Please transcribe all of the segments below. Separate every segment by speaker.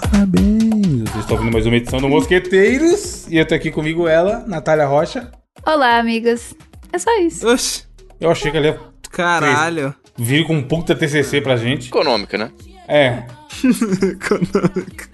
Speaker 1: parabéns. Vocês estão ouvindo mais uma edição do Mosqueteiros. E eu tô aqui comigo ela, Natália Rocha.
Speaker 2: Olá, amigos. É só isso.
Speaker 3: Oxi,
Speaker 1: Eu achei que ela ia
Speaker 3: caralho.
Speaker 1: vir com um puta TCC pra gente.
Speaker 4: Econômica, né?
Speaker 1: É,
Speaker 3: Econômica.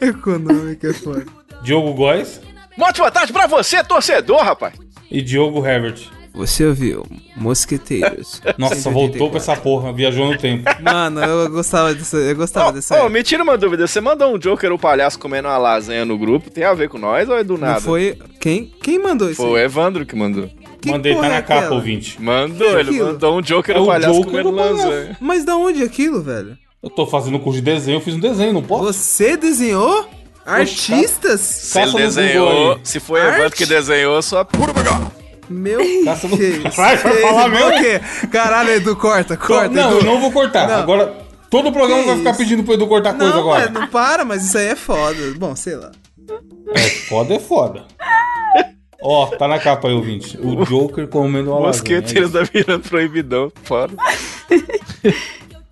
Speaker 3: Econômica é foda.
Speaker 1: Diogo Góes
Speaker 4: Uma ótima tarde pra você, torcedor, rapaz.
Speaker 1: e Diogo Herbert.
Speaker 3: Você ouviu Mosqueteiros.
Speaker 1: Nossa, voltou com essa porra, viajou no tempo.
Speaker 3: Mano, eu gostava dessa, eu gostava
Speaker 4: Ô,
Speaker 3: dessa
Speaker 4: ô,
Speaker 3: época.
Speaker 4: me tira uma dúvida. Você mandou um Joker ou palhaço comendo uma lasanha no grupo? Tem a ver com nós ou é do nada?
Speaker 3: Não foi... Quem, quem mandou isso
Speaker 4: Foi o Evandro que mandou.
Speaker 3: aí? Que
Speaker 1: Mandei, tá
Speaker 3: porra é
Speaker 1: na capa,
Speaker 3: aquela?
Speaker 1: ouvinte.
Speaker 4: Mandou,
Speaker 3: Que
Speaker 4: ele
Speaker 3: aquilo?
Speaker 4: mandou um Joker
Speaker 1: É
Speaker 4: ou
Speaker 1: o
Speaker 4: palhaço
Speaker 1: Joker
Speaker 4: comendo
Speaker 1: ou palhaço.
Speaker 4: lasanha.
Speaker 3: Mas da onde é aquilo, velho?
Speaker 1: Eu tô fazendo curso de desenho, eu fiz um desenho, não posso?
Speaker 3: Você desenhou? Artistas?
Speaker 4: Se
Speaker 1: Caça
Speaker 4: ele
Speaker 1: no Google aí.
Speaker 4: desenhou, se foi o
Speaker 3: Arte?
Speaker 4: Evandro que desenhou, eu sou a pura bagaça.
Speaker 3: Meu
Speaker 1: Caça no-
Speaker 3: que isso?
Speaker 1: Tá Vai, vai
Speaker 3: Que
Speaker 1: falar
Speaker 3: isso?
Speaker 1: mesmo?
Speaker 3: O quê? Caralho, Edu, corta, corta.
Speaker 1: não, é
Speaker 3: Edu.
Speaker 1: eu não vou cortar.
Speaker 3: Não.
Speaker 1: Agora, todo o programa
Speaker 3: Que
Speaker 1: vai ficar
Speaker 3: isso?
Speaker 1: pedindo pro Edu cortar coisa
Speaker 3: Não,
Speaker 1: agora.
Speaker 3: mas não para, mas isso aí é foda. Bom, sei lá.
Speaker 1: É, foda é foda. Ó, tá na capa aí, ouvinte. O Joker comendo
Speaker 3: é
Speaker 1: uma lasanha. é
Speaker 4: Mosqueteiros da virando proibidão. Fora.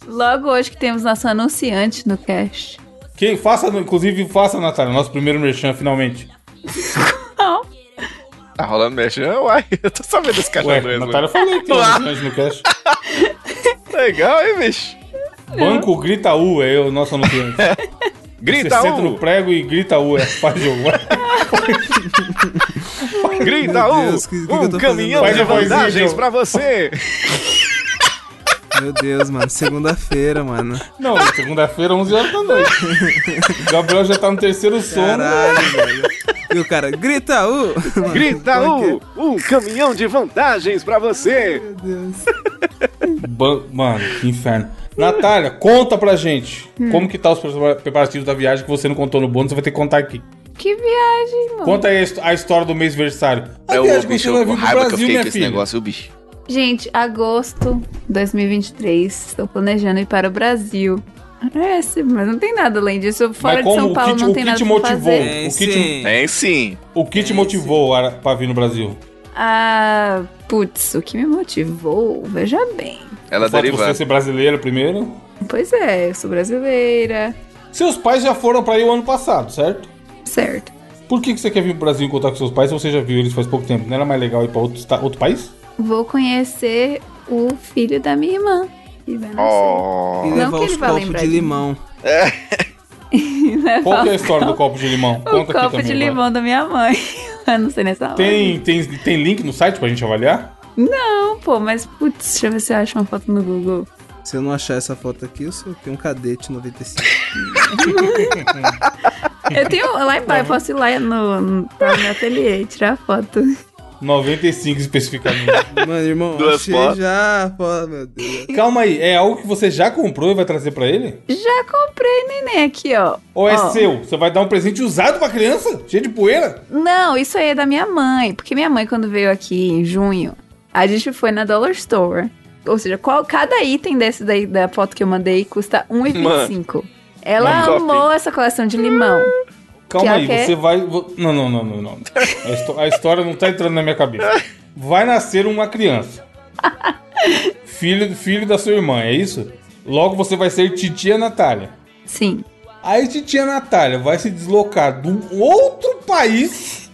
Speaker 2: Logo hoje que temos nosso anunciante no cast.
Speaker 1: Quem faça, inclusive, faça, Natália, nosso primeiro merchan, finalmente.
Speaker 2: Não.
Speaker 4: Tá rolando mexe. Ah, Uai, eu tô sabendo desse
Speaker 1: Ué,
Speaker 4: caixa dois,
Speaker 1: Natália falou que tem um
Speaker 4: Claro.
Speaker 1: merchan no cast.
Speaker 4: mano. Legal, hein, bicho?
Speaker 1: Banco Grita U é o nosso anunciante. Você
Speaker 4: Grita
Speaker 1: senta no
Speaker 4: um,
Speaker 1: prego e grita U, é faz jogo.
Speaker 4: grita
Speaker 3: Meu
Speaker 4: um,
Speaker 3: Deus, que- que que eu tô
Speaker 4: um
Speaker 3: fazendo?
Speaker 4: caminhão
Speaker 1: Faz
Speaker 4: de
Speaker 1: a vozinha,
Speaker 4: vantagens
Speaker 1: João.
Speaker 4: pra você.
Speaker 3: Meu Deus, mano. Segunda-feira, mano.
Speaker 1: Não, segunda-feira, 11 horas da noite. Gabriel já tá no terceiro sono.
Speaker 3: Caralho, velho. E o cara, grita uh!" o.
Speaker 4: Grita um, um caminhão de vantagens pra você.
Speaker 3: Meu Deus.
Speaker 1: Ban- Mano, que inferno. Natália, conta pra gente como que tá os prepara- preparativos da viagem que você não contou no bônus, você vai ter que contar aqui.
Speaker 2: Que viagem, mano.
Speaker 1: Conta aí a his- a história do mês versário. A
Speaker 4: É
Speaker 1: viagem
Speaker 4: o
Speaker 1: que
Speaker 4: bicho,
Speaker 1: você vai
Speaker 4: eu,
Speaker 1: vir pro
Speaker 4: raiva que eu
Speaker 1: Brasil, né,
Speaker 4: fiquei com
Speaker 1: minha
Speaker 4: esse
Speaker 1: filha.
Speaker 4: negócio, o bicho.
Speaker 2: Gente, agosto 2023. Estou planejando ir para o Brasil. É, sim, mas não tem nada além disso. Fora
Speaker 1: Mas como
Speaker 2: de São
Speaker 1: o
Speaker 2: Paulo
Speaker 1: que te-
Speaker 2: não
Speaker 1: o
Speaker 2: tem
Speaker 1: que
Speaker 2: nada
Speaker 1: te
Speaker 2: pra
Speaker 1: motivou?
Speaker 2: fazer.
Speaker 3: Tem
Speaker 1: O que te-
Speaker 3: É, sim.
Speaker 4: Tem sim.
Speaker 1: O que
Speaker 4: É
Speaker 1: te motivou a, pra vir no Brasil?
Speaker 2: Ah, putz, o que me motivou? Veja bem.
Speaker 4: Ela
Speaker 1: O fato de você
Speaker 4: derivando.
Speaker 1: ser brasileira primeiro.
Speaker 2: Pois é, eu sou brasileira.
Speaker 1: Seus pais já foram pra aí o ano passado, certo?
Speaker 2: Certo.
Speaker 1: Por que, que você quer vir pro Brasil e contar com seus pais se você já viu eles faz pouco tempo? Não era mais legal ir pra outro, esta- outro país?
Speaker 2: Vou conhecer o filho da minha irmã. Que vai nascer.
Speaker 3: E
Speaker 4: Oh.
Speaker 2: Não que
Speaker 3: levar
Speaker 2: ele
Speaker 3: os
Speaker 2: vá
Speaker 3: copos
Speaker 2: lembrar
Speaker 3: de
Speaker 2: de
Speaker 3: limão.
Speaker 2: Né,
Speaker 1: Qual que é a história do copo de limão?
Speaker 2: O
Speaker 1: Conta aqui
Speaker 2: copo
Speaker 1: também.
Speaker 2: de
Speaker 1: vai.
Speaker 2: limão da minha mãe. Eu não sei nessa hora.
Speaker 1: Tem, tem, tem link no site pra gente avaliar?
Speaker 2: Não, pô, mas putz, deixa eu ver se eu acho uma foto no Google.
Speaker 3: Se eu não achar essa foto aqui, eu sou tenho um cadete 95.
Speaker 2: Eu tenho lá
Speaker 1: É.
Speaker 2: embaixo, eu posso ir lá no, no, pra meu ateliê e tirar foto.
Speaker 1: 95 especificamente.
Speaker 3: Mano, irmão,
Speaker 4: Duas
Speaker 3: achei
Speaker 4: fotos.
Speaker 3: já. Foda, meu Deus.
Speaker 1: Calma aí, é algo que você já comprou e vai trazer pra ele?
Speaker 2: Já comprei, neném, aqui, ó.
Speaker 1: Ou é
Speaker 2: Ó.
Speaker 1: seu? Você vai dar um presente usado pra criança? Cheio de poeira?
Speaker 2: Não, isso aí é da minha mãe. Porque minha mãe, quando veio aqui em junho, a gente foi na Dollar Store. Ou seja, qual, cada item desse daí da foto que eu mandei custa 1,25.
Speaker 1: é
Speaker 2: Ela
Speaker 4: Mano,
Speaker 2: amou essa coleção de limão.
Speaker 1: Calma
Speaker 2: Que é
Speaker 1: aí,
Speaker 2: o quê?
Speaker 1: você vai. vo- Não, não, não, não, não. A, histó- a história não tá entrando na minha cabeça. Vai nascer uma criança. Filho, filho da sua irmã, é isso? Logo você vai ser titia Natália.
Speaker 2: Sim.
Speaker 1: Aí titia Natália vai se deslocar de um outro país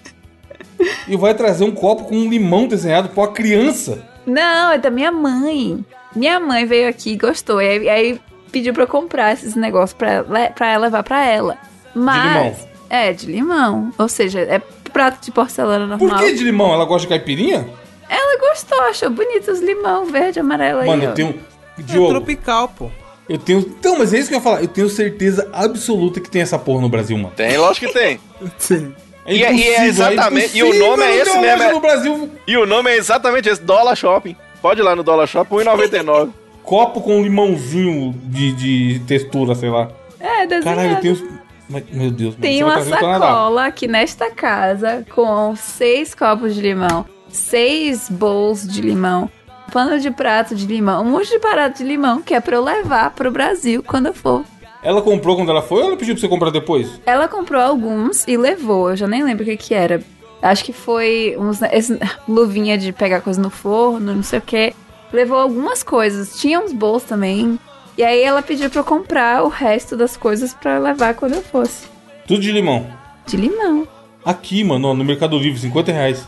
Speaker 1: e vai trazer um copo com um limão desenhado pra uma criança.
Speaker 2: Não, é da minha mãe. Minha mãe veio aqui e gostou. E aí, aí pediu pra eu comprar esses negócios pra, le- pra ela levar pra ela. Mas.
Speaker 1: limão.
Speaker 2: É, de limão. Ou seja, é prato de porcelana normal.
Speaker 1: Por que de limão? Ela gosta de caipirinha?
Speaker 2: Ela gostou, achou bonito os limão verde, amarelo aí.
Speaker 1: Mano, um
Speaker 2: ó.
Speaker 1: eu tenho.
Speaker 3: É
Speaker 1: Diogo,
Speaker 3: tropical, pô.
Speaker 1: eu tenho. Então, mas é isso que eu ia falar. Eu tenho certeza absoluta que tem essa porra no Brasil, mano.
Speaker 4: Tem, lógico que tem.
Speaker 3: Sim.
Speaker 1: É
Speaker 4: E- e é
Speaker 1: impossível,
Speaker 4: exatamente- e o
Speaker 1: impossível
Speaker 4: nome é
Speaker 1: não ter
Speaker 4: esse
Speaker 1: uma
Speaker 4: mesmo,
Speaker 1: loja
Speaker 4: é-
Speaker 1: no Brasil,
Speaker 4: E o nome é exatamente esse, Dollar Shopping. Pode ir lá no Dollar Shopping, 1,99.
Speaker 1: copo com limãozinho de, de textura, sei lá.
Speaker 2: É, desenhado.
Speaker 1: Caralho, eu tenho. Mas, meu Deus, mano, é
Speaker 2: Tem
Speaker 1: você vai
Speaker 2: uma
Speaker 1: trazer do Canadá.
Speaker 2: sacola aqui nesta casa com seis copos de limão, seis bowls de limão, pano de prato de limão, um monte de barato de limão que é pra eu levar pro Brasil quando eu for.
Speaker 1: Ela comprou quando ela foi ou ela pediu pra você comprar depois?
Speaker 2: Ela comprou alguns e levou, eu já nem lembro o que que era. Acho que foi uns, esse- luvinha de pegar coisa no forno, não sei o que. Levou algumas coisas, tinha uns bowls também. E aí ela pediu pra eu comprar o resto das coisas pra levar quando eu fosse.
Speaker 1: Tudo de limão.
Speaker 2: De limão.
Speaker 1: Aqui, mano, ó, no Mercado Livre, 50 reais.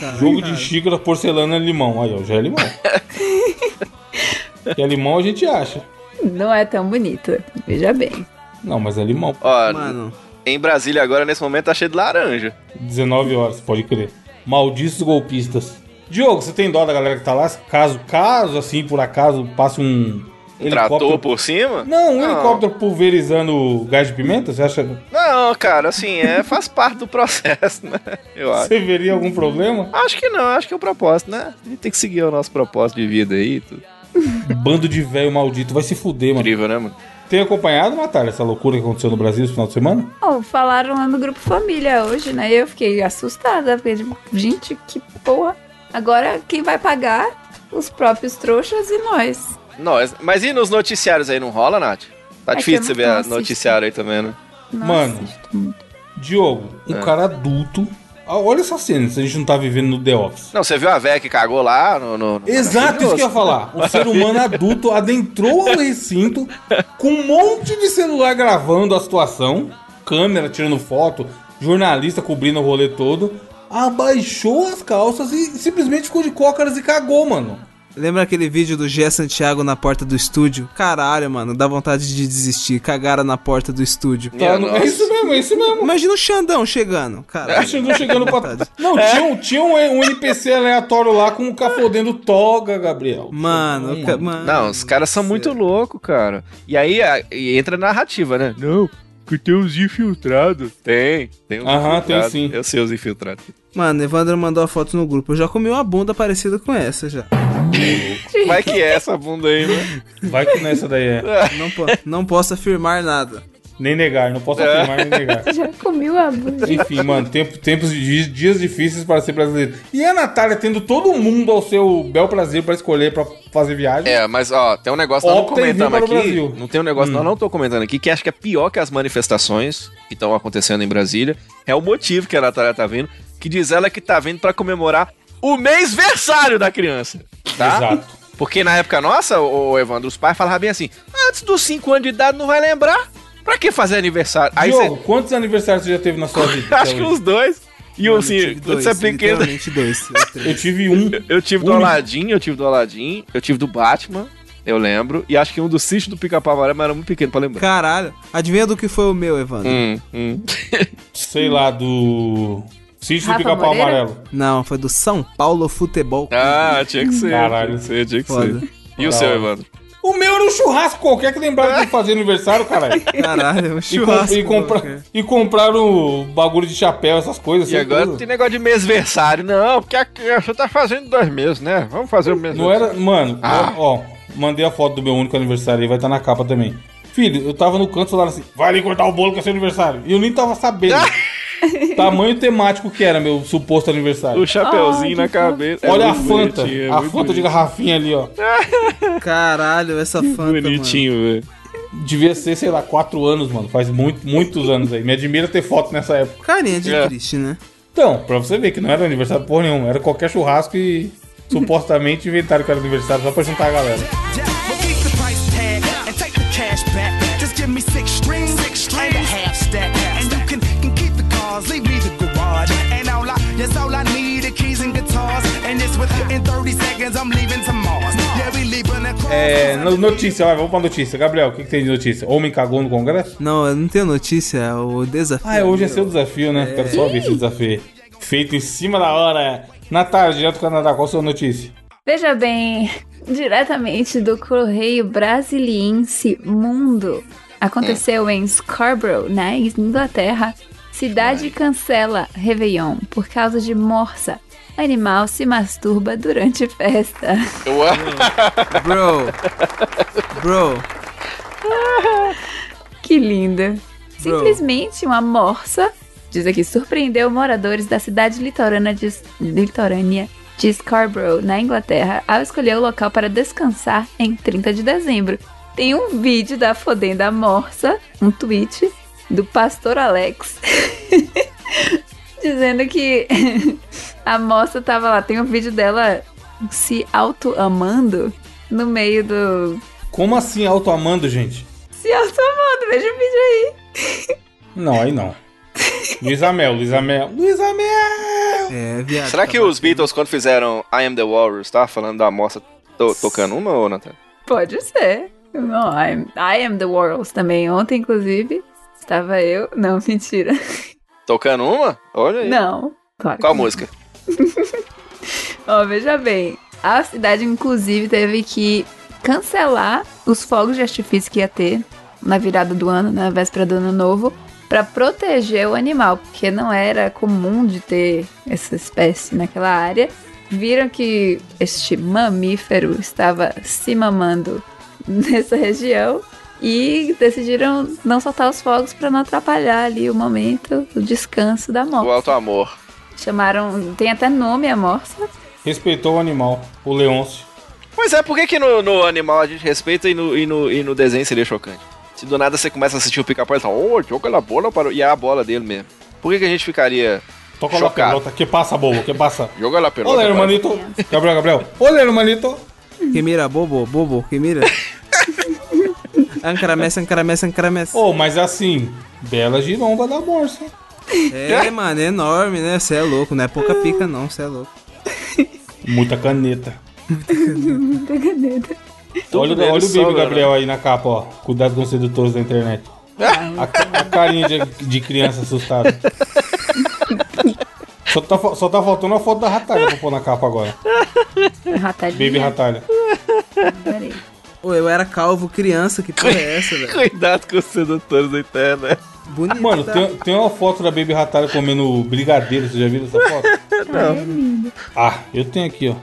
Speaker 3: Cara,
Speaker 1: Jogo
Speaker 3: cara.
Speaker 1: de xícara, porcelana e limão. Aí, ó, já é limão. que é limão a gente acha.
Speaker 2: Não é tão bonita. Veja bem.
Speaker 1: Não, mas é limão.
Speaker 4: Ó,
Speaker 3: Mano,
Speaker 4: em Brasília agora, nesse momento, tá cheio de laranja.
Speaker 1: 19 horas, pode crer. Malditos golpistas. Diogo, você tem dó da galera que tá lá? Caso, caso, assim, por acaso, passe um.
Speaker 4: Um trator por cima?
Speaker 1: Não, um helicóptero pulverizando gás de pimenta? Você acha.
Speaker 4: Não, cara, assim, é, faz parte do processo, né? Eu acho.
Speaker 1: Você veria algum problema?
Speaker 4: Acho que não, acho que é o propósito, né? A gente tem que seguir o nosso propósito de vida aí. Tudo.
Speaker 1: Bando de velho maldito, vai se fuder, mano.
Speaker 4: Incrível, né, mano?
Speaker 1: Tem acompanhado, Natália, essa loucura que aconteceu no Brasil esse final de semana?
Speaker 2: Oh, falaram lá no grupo família hoje, né? Eu fiquei assustada. Fiquei tipo, gente, que porra. Agora quem vai pagar? Os próprios trouxas e nós.
Speaker 4: Nós. Mas e nos noticiários aí, não rola, Nath? Tá
Speaker 2: É que
Speaker 4: difícil
Speaker 2: eu
Speaker 4: você
Speaker 2: não
Speaker 4: ver a
Speaker 2: assisto.
Speaker 4: noticiário aí também, né?
Speaker 2: Não
Speaker 1: Mano.
Speaker 2: assisto muito.
Speaker 1: Diogo, um cara adulto. Ah, Olha essa cena, se a gente não tá vivendo no The Office.
Speaker 4: Não, você viu a véia que cagou lá no. no- no-
Speaker 1: Exato, isso que eu ia falar. O ser humano adulto adentrou ao recinto com um monte de celular gravando a situação, câmera tirando foto, jornalista cobrindo o rolê todo, abaixou as calças e simplesmente ficou de cócaras e cagou, mano.
Speaker 3: lembra aquele vídeo do Gé Santiago na porta do estúdio? Caralho, mano, dá vontade de desistir. Cagaram na porta do estúdio.
Speaker 4: Minha
Speaker 1: Tá, não-
Speaker 4: nossa.
Speaker 1: é isso mesmo, é isso mesmo.
Speaker 3: Imagina o Xandão chegando,
Speaker 1: Tá
Speaker 3: caralho.
Speaker 1: chegando- chegando
Speaker 3: É
Speaker 1: pra... Não, tinha, um, tinha um, um NPC aleatório lá com um cafodendo toga, Gabriel.
Speaker 3: Mano, ca- mano.
Speaker 4: Não, os caras são muito loucos, cara. E aí a- e entra a narrativa, né? Não, que tem os infiltrados. Tem, tem uns
Speaker 1: Aham, tem
Speaker 4: infiltrados.
Speaker 1: sim.
Speaker 4: Eu sei os infiltrados.
Speaker 3: Mano, Evandro mandou a foto no grupo. Eu já comi uma bunda parecida com essa já.
Speaker 4: Vai que é essa bunda aí, né?
Speaker 1: Vai que nessa daí é.
Speaker 3: Não, po- não posso afirmar nada.
Speaker 1: Nem negar, não
Speaker 4: É.
Speaker 1: posso afirmar nem negar.
Speaker 2: Já comeu a bunda.
Speaker 1: Enfim, mano, tempo, tempos de dias- dias difíceis para ser brasileiro. E a Natália tendo todo mundo ao seu bel prazer pra escolher pra fazer viagem.
Speaker 4: É, mas ó, tem um negócio nós não
Speaker 1: Optem vir
Speaker 4: comentamos
Speaker 1: para o
Speaker 4: aqui.
Speaker 1: Brasil.
Speaker 4: Não tem um negócio
Speaker 1: Hum.
Speaker 4: nós não tô comentando aqui, que acho que é pior que as manifestações que estão acontecendo em Brasília. É o motivo que a Natália tá vindo, que diz ela que tá vindo pra comemorar o mês-versário da criança. Tá?
Speaker 1: Exato.
Speaker 4: Porque na época nossa, o Evandro, os pais falavam bem assim: antes dos 5 anos de idade não vai lembrar. Pra que fazer aniversário? Aí
Speaker 1: Diogo,
Speaker 4: você.
Speaker 1: quantos aniversários você já teve na sua vida?
Speaker 4: Acho
Speaker 1: até
Speaker 4: que
Speaker 1: hoje?
Speaker 4: uns dois. E
Speaker 3: Então, Mano, eu
Speaker 4: assim,
Speaker 3: tive
Speaker 4: quando
Speaker 3: dois, então.
Speaker 4: você é pequeno.
Speaker 3: literalmente dois. ou três.
Speaker 1: Eu tive um.
Speaker 4: Eu tive do
Speaker 1: Único.
Speaker 4: Aladdin, eu tive do Aladdin, eu tive do Batman, eu lembro. E acho que um do sítio do Pica-Pau Amarelo, mas era muito pequeno pra lembrar.
Speaker 3: Caralho. Adivinha do que foi o meu, Evandro?
Speaker 4: Hum, hum.
Speaker 1: Sei lá, do. Sítio do
Speaker 2: Rafa
Speaker 1: Pica-Pau
Speaker 2: Moreira?
Speaker 1: Amarelo.
Speaker 3: Não, foi do São Paulo Futebol.
Speaker 4: Ah, tinha que ser.
Speaker 1: Caralho.
Speaker 4: Tinha que ser, tinha que
Speaker 3: Foda.
Speaker 4: ser. E o seu, Evandro?
Speaker 1: O meu era um churrasco qualquer que lembrava de fazer aniversário, caralho.
Speaker 3: Caralho, um
Speaker 1: E, com,
Speaker 3: churrasco.
Speaker 1: e, compra-
Speaker 3: cara.
Speaker 1: e compraram o bagulho de chapéu, essas coisas.
Speaker 4: E
Speaker 1: assim,
Speaker 4: agora
Speaker 1: tudo.
Speaker 4: tem negócio de mêsversário. Não, porque a criança tá fazendo dois meses, né? Vamos fazer o mês.
Speaker 1: Não era. Mano,
Speaker 4: Ah.
Speaker 1: ó, ó, mandei a foto do meu único aniversário aí, vai estar na capa também. Filho, eu tava no canto falaram assim: vai ali cortar o bolo que é seu aniversário. E eu nem tava sabendo. Tamanho temático que era meu suposto aniversário.
Speaker 4: O chapeuzinho
Speaker 2: Ah,
Speaker 4: na
Speaker 2: que
Speaker 4: cabeça.
Speaker 1: Olha
Speaker 4: É
Speaker 1: a
Speaker 4: muito
Speaker 1: Fanta.
Speaker 4: bonitinho, é
Speaker 1: a Fanta
Speaker 4: muito
Speaker 1: de garrafinha ali, ó.
Speaker 3: Caralho, essa fanta,
Speaker 4: Bonitinho, velho.
Speaker 1: Devia ser, sei lá, quatro anos, mano. Faz muito, muitos anos aí. Me admira ter foto nessa época.
Speaker 3: mano. Carinha de
Speaker 4: É.
Speaker 3: triste, né?
Speaker 1: Então, pra você ver que não era aniversário porra nenhuma. Era qualquer churrasco e supostamente inventaram que era aniversário só pra juntar a galera.
Speaker 5: Yeah, well, keep the price tag and take the cash back. Just give me six strings, six strings. and a half stack. And you can, can keep the cars, leave me the garage. And all I, yes, all I need are keys and guitars. And it's within 30 seconds, I'm leaving to Mars. Yeah, we leaving across.
Speaker 1: É, Eh, no- notícia, vai, vamos pra notícia. Gabriel, o que, que tem de notícia? Homem cagou no Congresso?
Speaker 3: Não, eu não tenho notícia, é o desafio.
Speaker 1: Ah, é, hoje é seu desafio, né? Quero só ver esse desafio. Feito em cima da hora. Natália, direto do Canadá, qual a sua notícia?
Speaker 2: Veja bem, diretamente do Correio Brasiliense Mundo. Aconteceu em Scarborough, na Inglaterra. Cidade cancela Réveillon por causa de morsa. Animal se masturba durante festa.
Speaker 4: Eu amo.
Speaker 3: Bro. Bro.
Speaker 2: Que linda.
Speaker 3: Bro.
Speaker 2: Simplesmente uma morsa, diz aqui, surpreendeu moradores da cidade litorânea de, litorânea de Scarborough, na Inglaterra, ao escolher o local para descansar em 30 de dezembro. Tem um vídeo da fodenda morsa, um tweet, do pastor Alex, dizendo que a morsa tava lá. Tem um vídeo dela se auto-amando no meio do
Speaker 1: Como assim auto-amando, gente?
Speaker 2: Se eu tô amando, veja o vídeo aí.
Speaker 1: Não, aí não. Luísa Mel, Luísa Mel, Luísa Mel!
Speaker 3: É, viado.
Speaker 4: Será que
Speaker 3: tá
Speaker 4: os Beatles, quando fizeram I Am The Walrus, tá falando da moça to- tocando uma ou não? tá?
Speaker 2: Pode ser. Não, I'm, I am the Worlds também. Ontem, inclusive, estava eu. Não, mentira.
Speaker 4: Tocando uma? Olha aí.
Speaker 2: Não. Claro. que
Speaker 4: Qual
Speaker 2: não.
Speaker 4: música?
Speaker 2: Ó, veja bem. A cidade, inclusive, teve que cancelar os fogos de artifício que ia ter na virada do ano, na véspera do ano novo, para proteger o animal, porque não era comum de ter essa espécie naquela área. Viram que este mamífero estava se mamando nessa região e decidiram não soltar os fogos para não atrapalhar ali o momento do descanso da
Speaker 4: O
Speaker 2: morte.
Speaker 4: Alto Amor.
Speaker 2: Chamaram, tem até nome a morsa,
Speaker 1: Respeitou o animal, o Leôncio.
Speaker 4: Pois é, por que, que no, no animal a gente respeita e no, e, no, e no desenho seria chocante? Se do nada você começa a assistir o pica-pau e fala, ô, joga na bola, parou. E é a bola dele mesmo. Por que, que a gente ficaria.
Speaker 1: Toca lá a
Speaker 4: Chocado.
Speaker 1: pelota, que passa, bobo, que passa.
Speaker 4: Joga na pelota.
Speaker 1: Olha,
Speaker 4: parou."
Speaker 1: hermanito. Gabriel, Gabriel. Olha, hermanito.
Speaker 3: Que mira, bobo, bobo, que mira. Ancaramessa, ancaramessa, ancaramessa.
Speaker 1: Oh, mas assim, bela giromba da morsa.
Speaker 3: É, mano, é enorme, né? Você é louco, não é pouca pica, não, você é louco.
Speaker 1: Muita caneta.
Speaker 2: Caneta.
Speaker 4: Tudo
Speaker 1: olha o-
Speaker 4: nele
Speaker 1: olha o Bibi
Speaker 4: sobra,
Speaker 1: Gabriel aí na capa, ó. Cuidado com os sedutores da internet. A, a carinha de, de criança assustada. Só tá, fa- só tá faltando a foto da Ratalha pra pôr na capa agora.
Speaker 2: Ratalhinha.
Speaker 1: Baby Ratalha.
Speaker 2: Peraí.
Speaker 3: Ô, eu era calvo criança, que porra é essa, velho?
Speaker 4: Cuidado com os sedutores da
Speaker 1: né?
Speaker 4: internet.
Speaker 3: Bonito.
Speaker 1: Mano,
Speaker 3: tá?
Speaker 1: tem, um- tem uma foto da Baby Ratalha comendo brigadeiro. Você já viu essa foto? Não. Ah, eu tenho aqui, ó.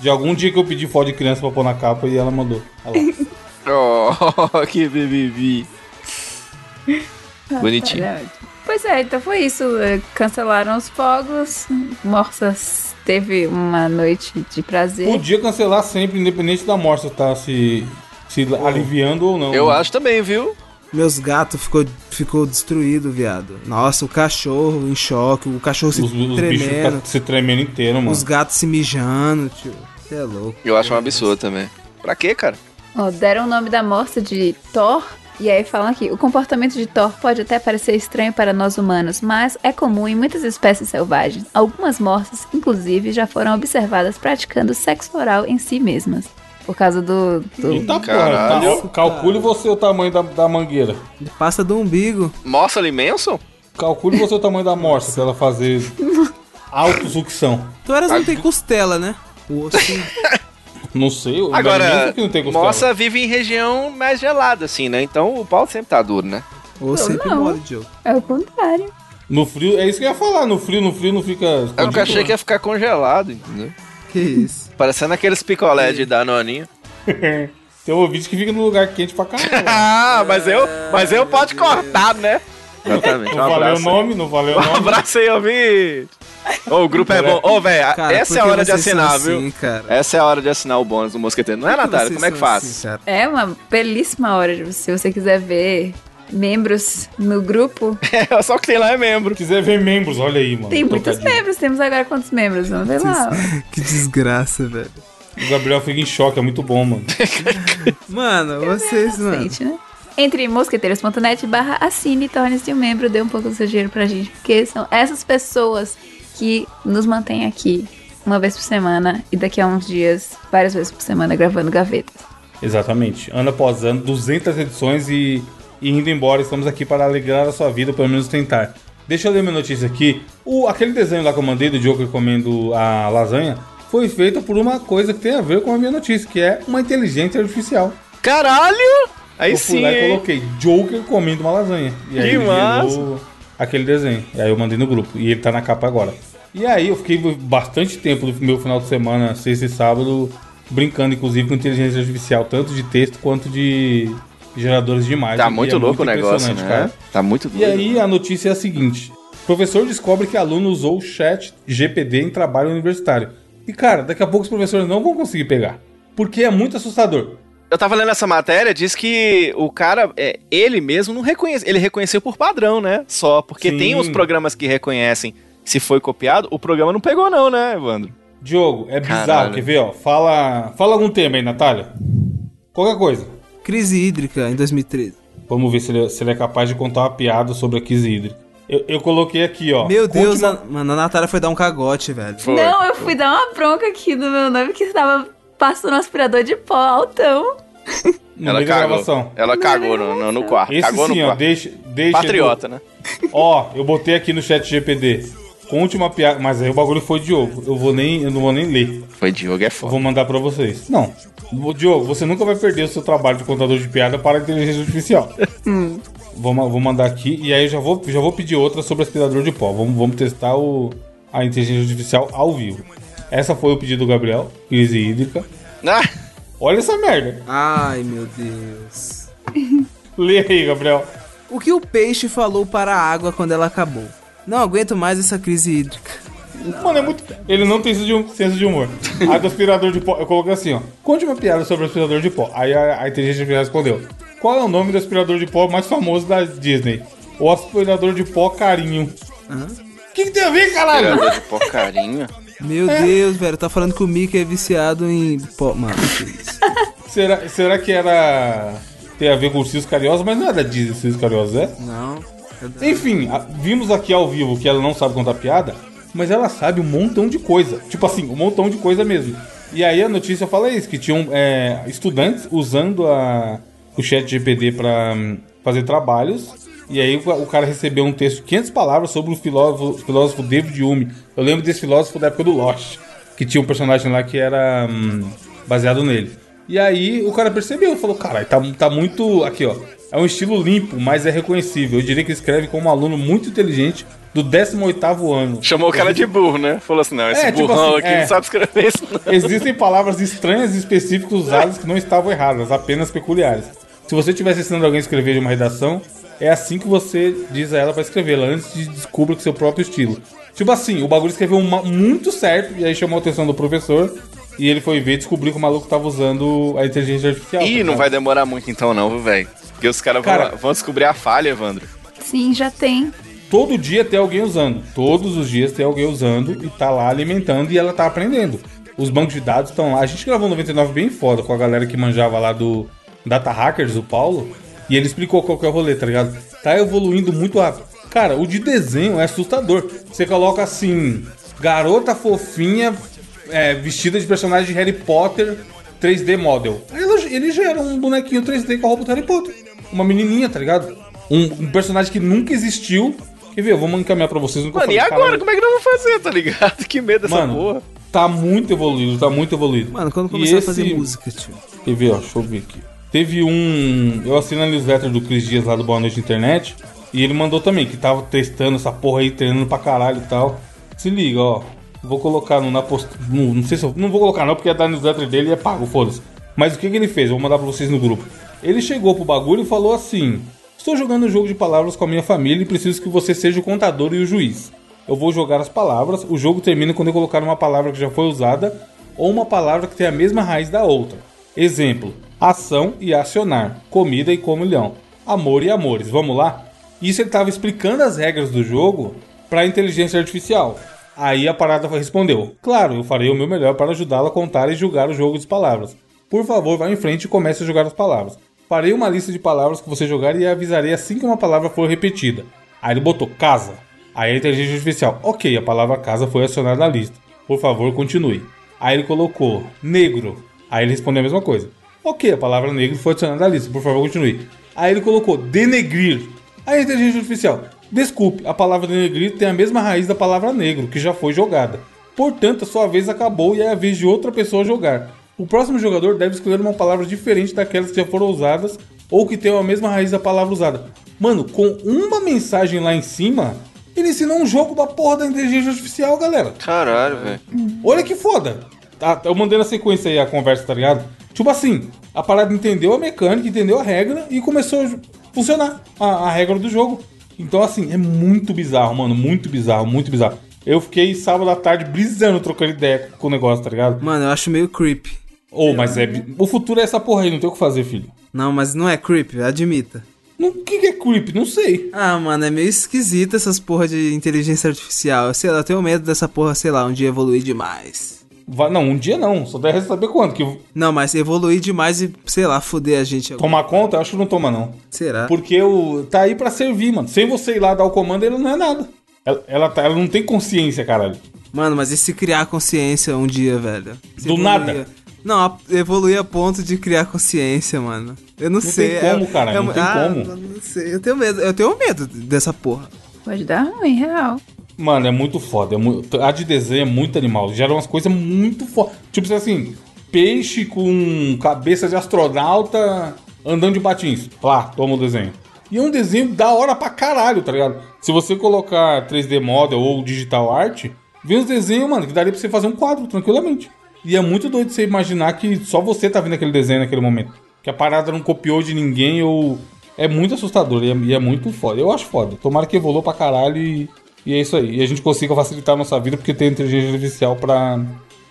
Speaker 1: De algum dia que eu pedi foto de criança pra pôr na capa e ela mandou. Olha lá.
Speaker 4: Oh, que BBB. Bonitinho.
Speaker 2: Olha, Pois é, então foi isso. É, Cancelaram os fogos. Morsas teve uma noite de prazer.
Speaker 1: Podia cancelar sempre, independente da morsa tá se, se aliviando ou não.
Speaker 4: Eu
Speaker 1: né?
Speaker 4: acho também, viu?
Speaker 3: Meus gatos ficou, ficou destruído, viado. Nossa, o cachorro em choque, o cachorro se
Speaker 1: Os, os bichos
Speaker 3: tremendo,
Speaker 1: ficam se tremendo inteiro, mano.
Speaker 3: os gatos se mijando, tio. Você é louco.
Speaker 4: Eu acho um absurdo também. Pra quê, cara?
Speaker 2: Ó, deram o nome da morsa de Thor. E aí falam aqui, o comportamento de Thor pode até parecer estranho para nós humanos, mas é comum em muitas espécies selvagens. Algumas morsas, inclusive, já foram observadas praticando sexo oral em si mesmas. Por causa do... do-
Speaker 1: Eita porra, tá,
Speaker 4: Caralho.
Speaker 1: ó, calcule você o tamanho da, da mangueira.
Speaker 3: Ele passa do umbigo.
Speaker 4: Mostra ali, Manson?
Speaker 1: Calcule você o tamanho da morsa pra ela fazer autossucção.
Speaker 3: Tu eras não tem costela, né? O ossinho.
Speaker 1: Não sei, eu imagino
Speaker 4: Agora,
Speaker 1: isso que não tem costela.
Speaker 4: Mossa vive em região mais gelada, assim, né? Então o pau sempre tá duro, né?
Speaker 3: O osso sempre
Speaker 2: não.
Speaker 3: mole, Diogo.
Speaker 2: É o contrário.
Speaker 1: No frio, é isso que eu ia falar, no frio, no frio não fica.
Speaker 4: Eu nunca achei
Speaker 1: escondido,
Speaker 4: que ia ficar congelado, entendeu?
Speaker 3: Que isso.
Speaker 4: Parecendo aqueles picolé de Danoninho.
Speaker 1: né? Tem ouvinte que fica num lugar quente pra caralho.
Speaker 4: Ah, mas eu, mas eu pode cortar, né? Exatamente. Um
Speaker 1: Não valeu o
Speaker 4: abraço.
Speaker 1: nome, não valeu o
Speaker 4: Um
Speaker 1: nome.
Speaker 4: abraço aí, ouvinte. Ô, o grupo é bom. Ô, velho,
Speaker 3: Cara,
Speaker 4: essa
Speaker 3: por
Speaker 4: é a
Speaker 3: que
Speaker 4: hora de
Speaker 3: vocês são
Speaker 4: assinar,
Speaker 3: assim,
Speaker 4: viu?
Speaker 3: Cara?
Speaker 4: Essa é a hora de assinar o bônus do Mosqueteiro, não é,
Speaker 3: Por
Speaker 4: Natália?
Speaker 3: vocês
Speaker 4: Como é que
Speaker 3: são
Speaker 4: faz?
Speaker 3: assim, cara?
Speaker 2: É uma belíssima hora, de- se você quiser ver membros no grupo.
Speaker 4: É, só que tem lá é membro.
Speaker 1: Se quiser ver membros, olha aí, mano.
Speaker 2: Tem muitos
Speaker 1: Trocadilho.
Speaker 2: membros, temos agora quantos membros? Vamos ver lá.
Speaker 3: que desgraça, velho.
Speaker 1: O Gabriel fica em choque, é muito bom, mano.
Speaker 3: Mano, vocês, mano.
Speaker 2: Gente, né? Entre mosqueteiros.net barra assine, torne-se um membro, dê um pouco do seu dinheiro pra gente, porque são essas pessoas que nos mantêm aqui uma vez por semana e daqui a uns dias, várias vezes por semana, gravando gavetas.
Speaker 1: Exatamente. Ano após ano, 200 edições e, e indo embora. Estamos aqui para alegrar a sua vida, pelo menos tentar. Deixa eu ler minha notícia aqui. O, aquele desenho lá que eu mandei do Joker comendo a lasanha foi feito por uma coisa que tem a ver com a minha notícia, que é uma inteligência artificial.
Speaker 4: Caralho! Aí
Speaker 1: eu fui
Speaker 4: sim,
Speaker 1: lá e
Speaker 4: hein?
Speaker 1: coloquei Joker comendo uma lasanha. E aí
Speaker 4: é Que
Speaker 1: ele
Speaker 4: massa!
Speaker 1: gerou aquele desenho. E aí eu mandei no grupo. E ele tá na capa agora. E aí eu fiquei bastante tempo do meu final de semana, sexta e sábado, brincando, inclusive, com inteligência artificial, tanto de texto quanto de geradores de imagem.
Speaker 4: Tá
Speaker 1: E
Speaker 4: muito
Speaker 1: é
Speaker 4: louco o negócio,
Speaker 1: impressionante,
Speaker 4: né?
Speaker 1: cara.
Speaker 4: Tá muito
Speaker 1: E
Speaker 4: doido.
Speaker 1: aí a notícia é a seguinte: professor descobre que aluno usou o chat GPD em trabalho universitário. E cara, daqui a pouco os professores não vão conseguir pegar. Porque é muito assustador.
Speaker 4: Eu tava lendo essa matéria, diz que o cara, é, ele mesmo não reconhece. Ele reconheceu por padrão, né? Só. Porque
Speaker 1: Sim.
Speaker 4: tem uns programas que reconhecem se foi copiado, o programa não pegou, não, né, Evandro?
Speaker 1: Diogo, é bizarro,
Speaker 4: Caralho.
Speaker 1: quer ver, ó? Fala, fala algum tema aí, Natália. Pouca coisa.
Speaker 3: Crise hídrica em 2013.
Speaker 1: Vamos ver se ele, se ele é capaz de contar uma piada sobre a crise hídrica. Eu, eu coloquei aqui, ó.
Speaker 3: Meu
Speaker 1: Conte
Speaker 3: Deus,
Speaker 1: uma-
Speaker 3: a- mano, a Natália foi dar um cagote, velho.
Speaker 4: Foi.
Speaker 2: Não, eu fui dar uma bronca aqui no meu nome que tava passando um aspirador de pó altão.
Speaker 1: no
Speaker 4: Ela
Speaker 1: meio da
Speaker 4: cagou.
Speaker 1: gravação.
Speaker 4: Ela
Speaker 2: No meio
Speaker 4: cagou
Speaker 2: da
Speaker 4: no, no, no
Speaker 2: gravação.
Speaker 4: quarto.
Speaker 1: Esse
Speaker 4: cagou
Speaker 1: sim,
Speaker 4: no
Speaker 1: ó,
Speaker 4: quarto.
Speaker 1: deixa, deixa
Speaker 4: Patriota, né?
Speaker 1: Ó, eu botei aqui no chat GPD. Conte uma piada. Mas aí o bagulho foi Diogo. Eu vou nem. Eu não vou nem ler.
Speaker 4: Foi Diogo, é
Speaker 1: Eu
Speaker 4: foda.
Speaker 1: vou mandar pra vocês. Não. Ô, Diogo, você nunca vai perder o seu trabalho de contador de piada para a inteligência artificial. Vou, ma- vou mandar aqui e aí eu já vou, já vou pedir outra sobre aspirador de pó. Vamos, vamos testar o, a inteligência artificial ao vivo. Essa foi o pedido do Gabriel, crise hídrica.
Speaker 4: Ah,
Speaker 1: Olha essa merda.
Speaker 3: Ai, meu Deus.
Speaker 1: Lê aí, Gabriel.
Speaker 3: O que o peixe falou para a água quando ela acabou? Não aguento mais essa crise hídrica.
Speaker 1: Mano, é muito. Ele não tem senso de, hum- senso de humor. A do aspirador de pó. Eu coloquei assim, ó. Conte uma piada sobre o aspirador de pó. Aí a, a inteligência artificial respondeu: Qual é o nome do aspirador de pó mais famoso da Disney? O aspirador de pó carinho. O que, que tem a ver, caralho?
Speaker 4: Tirador de porcarinha.
Speaker 3: Meu Deus, velho, tá falando que o Mickey é viciado em. Pô, mano, que isso.
Speaker 1: será, será que era. Tem a ver com o Cis Cariosa, mas não é da Disney Cis Cariosa, é?
Speaker 3: Não.
Speaker 1: Enfim, a- vimos aqui ao vivo que ela não sabe contar piada, mas ela sabe um montão de coisa. Tipo assim, um montão de coisa mesmo. E aí a notícia fala isso, que tinham é, estudantes usando a, o chat GPD para hum, fazer trabalhos. E aí o, o cara recebeu um texto de 500 palavras sobre o filósofo, filósofo David Hume. Eu lembro desse filósofo da época do Lost, que tinha um personagem lá que era hum, baseado nele. E aí o cara percebeu, falou, caralho, tá, tá muito. Aqui, ó. É um estilo limpo, mas é reconhecível. Eu diria que escreve como um aluno muito inteligente do 18 ano.
Speaker 4: Chamou o cara de burro, né? Falou assim: não, esse
Speaker 1: É, tipo
Speaker 4: burrão
Speaker 1: assim,
Speaker 4: aqui
Speaker 1: é.
Speaker 4: não sabe escrever isso, não.
Speaker 1: Existem palavras estranhas e específicas usadas que não estavam erradas, apenas peculiares. Se você estivesse ensinando alguém a escrever uma redação, é assim que você diz a ela pra escrevê-la, antes de descubrir que seu próprio estilo. Tipo assim, o bagulho escreveu uma- muito certo, e aí chamou a atenção do professor, e ele foi ver e descobriu que o maluco tava usando a inteligência artificial.
Speaker 4: Ih,
Speaker 1: tá
Speaker 4: não
Speaker 1: ligado?
Speaker 4: vai demorar muito então, não, viu, velho? Porque os caras vão,
Speaker 1: Cara-
Speaker 4: lá- vão descobrir a falha, Evandro.
Speaker 2: Sim, já tem.
Speaker 1: todo dia tem alguém usando. Todos os dias tem alguém usando e tá lá alimentando e ela tá aprendendo. Os bancos de dados estão lá. A gente gravou um 99 bem foda com a galera que manjava lá do Data Hackers, o Paulo, e ele explicou qual que é o rolê, tá ligado? Tá evoluindo muito rápido. Cara, o de desenho é assustador. Você coloca assim, garota fofinha, é, vestida de personagem de Harry Potter, 3D model. Ela- Ele gera um bonequinho 3D com a roupa do Harry Potter uma menininha, tá ligado? Um, um personagem que nunca existiu. Quer ver? Eu vou encaminhar pra vocês no que eu
Speaker 4: Mano, e
Speaker 1: falei,
Speaker 4: agora?
Speaker 1: caralho.
Speaker 4: Como é que nós vamos fazer, tá ligado? Que medo dessa
Speaker 1: Mano,
Speaker 4: porra.
Speaker 1: tá muito evoluído, tá muito evoluído.
Speaker 3: Mano, quando
Speaker 1: E
Speaker 3: começar
Speaker 1: esse-
Speaker 3: a fazer música, tio.
Speaker 1: Quer ver, ó, deixa eu ver aqui. Teve um. Eu assinei a newsletter do Cris Dias lá do Boa Noite Internet. E ele mandou também, que tava testando essa porra aí, treinando pra caralho e tal. Se liga, ó. Vou colocar no, na post... no- Não sei se eu. Não vou colocar não, porque é da newsletter dele e é pago, foda-se. Mas o que, que ele fez? Eu vou mandar pra vocês no grupo. Ele chegou pro bagulho e falou assim: Estou jogando um jogo de palavras com a minha família e preciso que você seja o contador e o juiz. Eu vou jogar as palavras, o jogo termina quando eu colocar uma palavra que já foi usada ou uma palavra que tem a mesma raiz da outra. Exemplo: ação e acionar, comida e comunhão, amor e amores. Vamos lá? Isso ele estava explicando as regras do jogo para a inteligência artificial. Aí a parada respondeu: Claro, eu farei o meu melhor para ajudá-la a contar e julgar o jogo de palavras. Por favor, vá em frente e comece a jogar as palavras. Farei uma lista de palavras que você jogar e avisarei assim que uma palavra for repetida. Aí ele botou casa. Aí a inteligência artificial: Ok, a palavra casa foi acionada na lista. Por favor, continue. Aí ele colocou negro. Aí ele respondeu a mesma coisa. Ok, a palavra negro foi adicionada à lista. Por favor, continue. Aí ele colocou denegrir. Aí a inteligência artificial. Desculpe, a palavra denegrir tem a mesma raiz da palavra negro, que já foi jogada. Portanto, a sua vez acabou e é a vez de outra pessoa jogar. O próximo jogador deve escolher uma palavra diferente daquelas que já foram usadas ou que tenham a mesma raiz da palavra usada. Mano, com uma mensagem lá em cima, ele ensinou um jogo da porra da inteligência artificial, galera.
Speaker 4: Caralho, velho.
Speaker 1: Olha que foda. Tá, eu mandei na sequência aí a conversa, tá ligado? Tipo assim, a parada entendeu a mecânica, entendeu a regra e começou a ju- funcionar a, a regra do jogo. Então, assim, é muito bizarro, mano. Muito bizarro, muito bizarro. Eu fiquei sábado à tarde brisando, trocando ideia com o negócio, tá ligado?
Speaker 3: Mano, eu acho meio creep.
Speaker 1: Ou, mas é. bi- O futuro é essa porra aí, não tem o que fazer, filho.
Speaker 3: Não, mas não é creep, admita.
Speaker 1: Não- O que, que é creep? Não sei.
Speaker 3: Ah, mano, é meio esquisito essas porra de inteligência artificial. Sei lá, eu tenho medo dessa porra, sei lá, um dia evoluir demais.
Speaker 1: Vai- não, um dia não. Só deve saber quando. Que
Speaker 3: Não, mas evoluir demais e, sei lá, foder a gente. agora.
Speaker 1: tomar conta, eu acho que não toma, não.
Speaker 3: Será?
Speaker 1: Porque o, tá aí pra servir, mano. Sem você ir lá dar o comando, ele não é nada. Ela, ela, tá- ela não tem consciência, caralho.
Speaker 3: Mano, mas e se criar consciência um dia, velho? Se
Speaker 1: Do nada?
Speaker 3: Não, a- evoluir a ponto de criar consciência, mano. Eu não,
Speaker 1: tem
Speaker 3: sei.
Speaker 1: como,
Speaker 3: é-
Speaker 1: cara,
Speaker 3: é-
Speaker 1: não tem
Speaker 3: ah,
Speaker 1: como.
Speaker 3: Não sei. Eu tenho medo, eu tenho medo dessa porra.
Speaker 2: Pode dar ruim, real.
Speaker 1: Mano, é muito foda. É muito, a de desenho é muito animal. Gera umas coisas muito foda. Tipo assim, peixe com cabeça de astronauta andando de patins. Lá, toma o desenho. E é um desenho da hora pra caralho, tá ligado? Se você colocar 3D Model ou Digital Art, vem uns desenhos, mano, que daria pra você fazer um quadro tranquilamente. E é muito doido você imaginar que só você tá vendo aquele desenho naquele momento. Que a parada não copiou de ninguém ou. É muito assustador e é, e é muito foda. Eu acho foda. Tomara que evolua pra caralho e, e é isso aí. E a gente consiga facilitar a nossa vida porque tem inteligência artificial pra.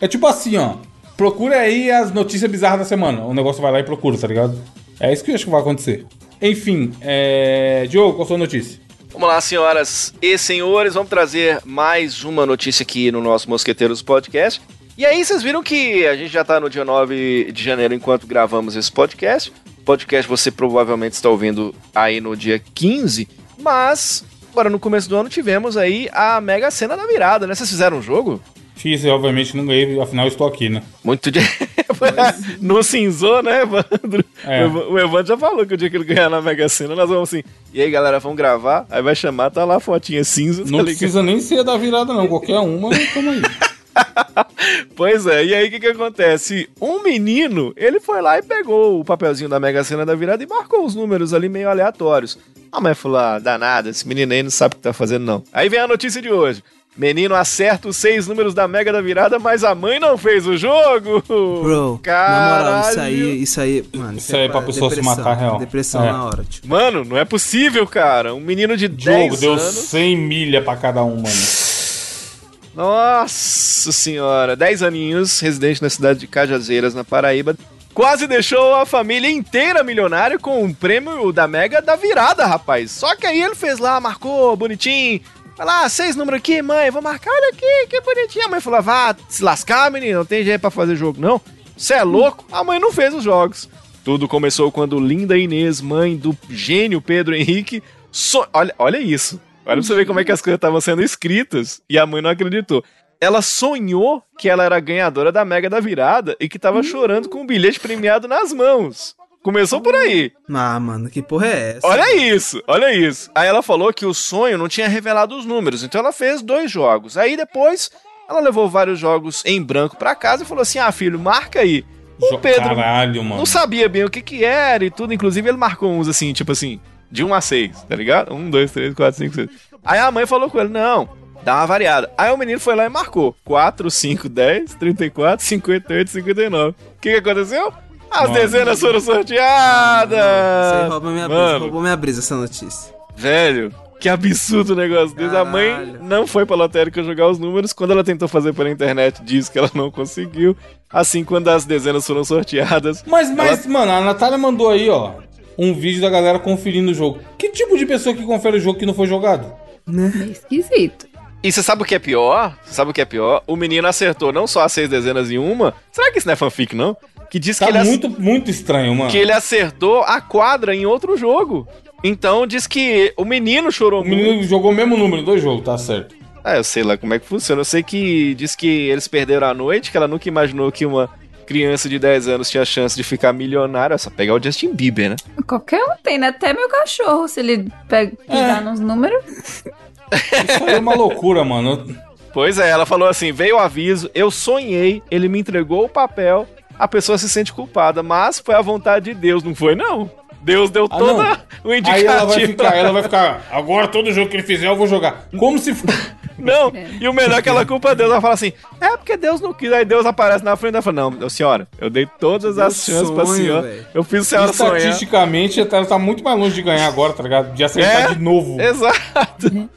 Speaker 1: É tipo assim, ó. Procura aí as notícias bizarras da semana. O negócio vai lá e procura, tá ligado? É isso que eu acho que vai acontecer. Enfim, é. Diogo, qual a sua notícia?
Speaker 4: Vamos lá, senhoras e senhores, vamos trazer mais uma notícia aqui no nosso Mosqueteiros Podcast. E aí, vocês viram que a gente já tá no dia 9 de janeiro enquanto gravamos esse podcast. O podcast você provavelmente está ouvindo aí no dia 15, mas agora no começo do ano tivemos aí a Mega Sena da virada, né? Vocês fizeram um jogo?
Speaker 1: Fiz, eu, obviamente, não ganhei, afinal eu estou aqui, né?
Speaker 4: Muito de. no cinzou, né, Evandro?
Speaker 1: É.
Speaker 4: O Ev- O Evandro já falou que o dia que ele ganhar na Mega Sena, nós vamos assim. E aí, galera, vamos gravar? Aí vai chamar, tá lá a fotinha cinza. tá
Speaker 1: Não
Speaker 4: ligado?
Speaker 1: precisa nem ser da virada, não. Qualquer uma, tamo aí.
Speaker 4: Pois é, e aí o que, que acontece? Um menino, ele foi lá e pegou o papelzinho da Mega Sena da virada e marcou os números ali meio aleatórios. A mãe falou: ah, danada, esse menino aí não sabe o que tá fazendo, não. Aí vem a notícia de hoje. Menino acerta os seis números da Mega da virada, mas a mãe não fez o jogo!
Speaker 3: Bro, na moral, isso aí, isso aí, mano.
Speaker 1: Isso aí é pra pessoa se matar, real.
Speaker 3: Depressão
Speaker 1: É.
Speaker 3: na hora, tipo.
Speaker 4: Mano, não é possível, cara. Um menino de
Speaker 1: Diogo,
Speaker 4: 10
Speaker 1: deu
Speaker 4: anos.
Speaker 1: 100 milha pra cada um, mano.
Speaker 4: Nossa senhora, 10 aninhos, residente na cidade de Cajazeiras, na Paraíba. Quase deixou a família inteira milionária com um prêmio da Mega da virada, rapaz. Só que aí ele fez lá, marcou, bonitinho. Vai lá, seis números aqui, mãe, vou marcar, olha aqui, que bonitinho. A mãe falou, vá se lascar, menino, não tem jeito pra fazer jogo, não. Você é louco? A mãe não fez os jogos. Tudo começou quando Linda Inês, mãe do gênio Pedro Henrique, so- olha, olha isso. Olha pra você ver como é que as coisas estavam sendo escritas e a mãe não acreditou. Ela sonhou que ela era ganhadora da Mega da Virada e que tava chorando com um bilhete premiado nas mãos. Começou por aí.
Speaker 3: Ah, mano, que porra é essa?
Speaker 4: Olha isso, olha isso. Aí ela falou que o sonho não tinha revelado os números, então ela fez dois jogos. Aí depois ela levou vários jogos em branco pra casa e falou assim: ah, filho, marca aí. O
Speaker 1: Jo-
Speaker 4: Pedro
Speaker 1: Caralho, mano.
Speaker 4: não sabia bem o que que era e tudo. Inclusive, ele marcou uns assim, tipo assim, de 1 a 6, tá ligado? 1, 2, 3, 4, 5, 6. Aí a mãe falou com ele, não, dá uma variada. Aí o menino foi lá e marcou 4, 5, 10, 34, 58, 59. O que que aconteceu? As
Speaker 1: Mano.
Speaker 4: dezenas foram
Speaker 3: Você
Speaker 4: sorteadas!
Speaker 3: rouba minha brisa,
Speaker 4: Mano.
Speaker 3: roubou minha brisa essa notícia.
Speaker 4: Velho, que absurdo o negócio desse. A mãe
Speaker 3: Caralho.
Speaker 4: não foi pra lotérica jogar os números. Quando ela tentou fazer pela internet, diz que ela não conseguiu. Assim, quando as dezenas foram sorteadas,
Speaker 1: Mas, mas, mano, a Natália mandou aí, ó, um vídeo da galera conferindo o jogo. Que tipo de pessoa que confere o jogo que não foi jogado?
Speaker 2: Meio É esquisito.
Speaker 4: E você sabe o que é pior? Você sabe o que é pior? O menino acertou não só as seis dezenas em uma. Será que isso não é fanfic, não? Que diz
Speaker 1: Tá
Speaker 4: que, ele ac-
Speaker 1: muito, muito estranho, mano.
Speaker 4: que ele acertou a quadra em outro jogo. Então diz que o menino chorou
Speaker 1: O menino jogou o mesmo número, em dois jogos, tá certo.
Speaker 4: muito. Ah, eu sei lá como é que funciona. Eu sei que diz que eles perderam a noite, que ela nunca imaginou que uma criança de 10 anos tinha chance de ficar milionária. É só pegar o Justin Bieber, né?
Speaker 2: Qualquer um tem, né? Até meu cachorro, se ele pega,
Speaker 1: É.
Speaker 2: pisar nos números.
Speaker 1: Isso aí é uma loucura, mano.
Speaker 4: Pois é, ela falou assim: veio o aviso, eu sonhei, ele me entregou o papel, a pessoa se sente culpada, mas foi a vontade de Deus, não foi, não. Deus deu
Speaker 1: Ah,
Speaker 4: todo
Speaker 1: não.
Speaker 4: o
Speaker 1: Aí
Speaker 4: indicativo.
Speaker 1: ela vai ficar, ela vai ficar, agora todo jogo que ele fizer eu vou jogar. Como se for...
Speaker 4: Não, e o melhor é que ela culpa Deus. Ela fala assim: é porque Deus não quis. Aí Deus aparece na frente e fala: não, senhora, eu dei todas as
Speaker 3: Meu
Speaker 4: chances pra
Speaker 3: sonho,
Speaker 4: senhora.
Speaker 3: velho.
Speaker 4: Eu fiz a senhora sonhar.
Speaker 1: Estatisticamente, ela tá muito mais longe de ganhar agora, tá ligado? De acertar
Speaker 4: É?
Speaker 1: de novo.
Speaker 4: Exato.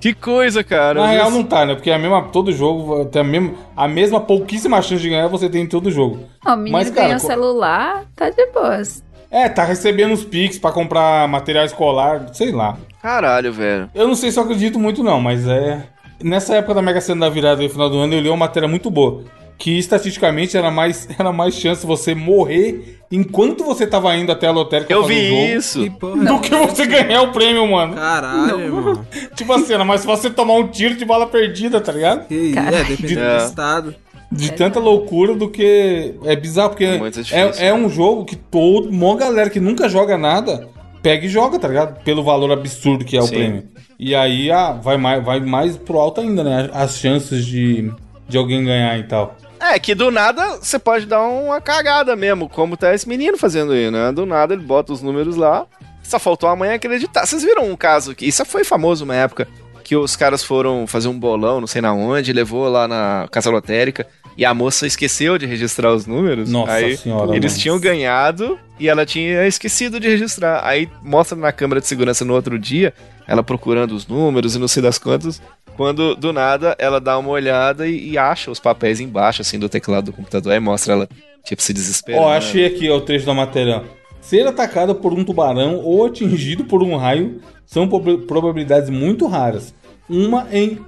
Speaker 4: que coisa, cara.
Speaker 1: Uhum. Na
Speaker 4: Às
Speaker 1: real
Speaker 4: vezes-
Speaker 1: não tá, né? Porque a mesma, todo jogo tem a mesma, a mesma pouquíssima chance de ganhar você tem em todo jogo.
Speaker 2: Ó, o menino
Speaker 1: Mas, cara,
Speaker 2: ganhou
Speaker 1: co-
Speaker 2: celular, tá de boas.
Speaker 1: É, tá recebendo os Pix pra comprar material escolar, sei lá.
Speaker 4: Caralho, velho.
Speaker 1: Eu não sei se eu acredito muito, não, mas é. Nessa época da Mega Sena da virada e final do ano, eu li uma matéria muito boa. que estatisticamente era mais, era mais chance você morrer enquanto você tava indo até a lotérica
Speaker 4: Eu
Speaker 1: fazer o
Speaker 4: vi
Speaker 1: jogo
Speaker 4: isso.
Speaker 3: Que porra.
Speaker 1: do que você ganhar o prêmio, mano.
Speaker 3: Caralho, mano.
Speaker 1: Tipo assim, era mais fácil você tomar um tiro de bala perdida, tá ligado?
Speaker 3: Que isso, é,
Speaker 2: Caralho.
Speaker 3: dependendo
Speaker 4: É.
Speaker 3: do estado.
Speaker 1: De tanta loucura do que. É bizarro, porque
Speaker 4: Muito difícil, né?
Speaker 1: é, é um jogo que todo. Mó galera que nunca joga nada pega e joga, tá ligado? Pelo valor absurdo que é o
Speaker 4: Sim.
Speaker 1: prêmio. E aí ah, vai, mais, vai mais pro alto ainda, né? As chances de, de alguém ganhar e tal.
Speaker 4: É que do nada você pode dar uma cagada mesmo, como tá esse menino fazendo aí, né? Do nada ele bota os números lá, só faltou a mãe acreditar. Vocês viram um caso que isso foi famoso uma época que os caras foram fazer um bolão, não sei na onde, levou lá na casa lotérica e a moça esqueceu de registrar os números.
Speaker 1: Nossa
Speaker 4: aí
Speaker 1: senhora.
Speaker 4: eles
Speaker 1: mano.
Speaker 4: tinham ganhado e ela tinha esquecido de registrar. Aí mostra na câmera de segurança no outro dia, ela procurando os números e não sei das quantas. Quando do nada ela dá uma olhada e, e acha os papéis embaixo, assim, do teclado do computador. Aí mostra ela, tipo, se desesperando.
Speaker 1: Ó, achei aqui ó, o trecho da matéria. ó. Ser atacado por um tubarão ou atingido por um raio são prob- probabilidades muito raras. Uma em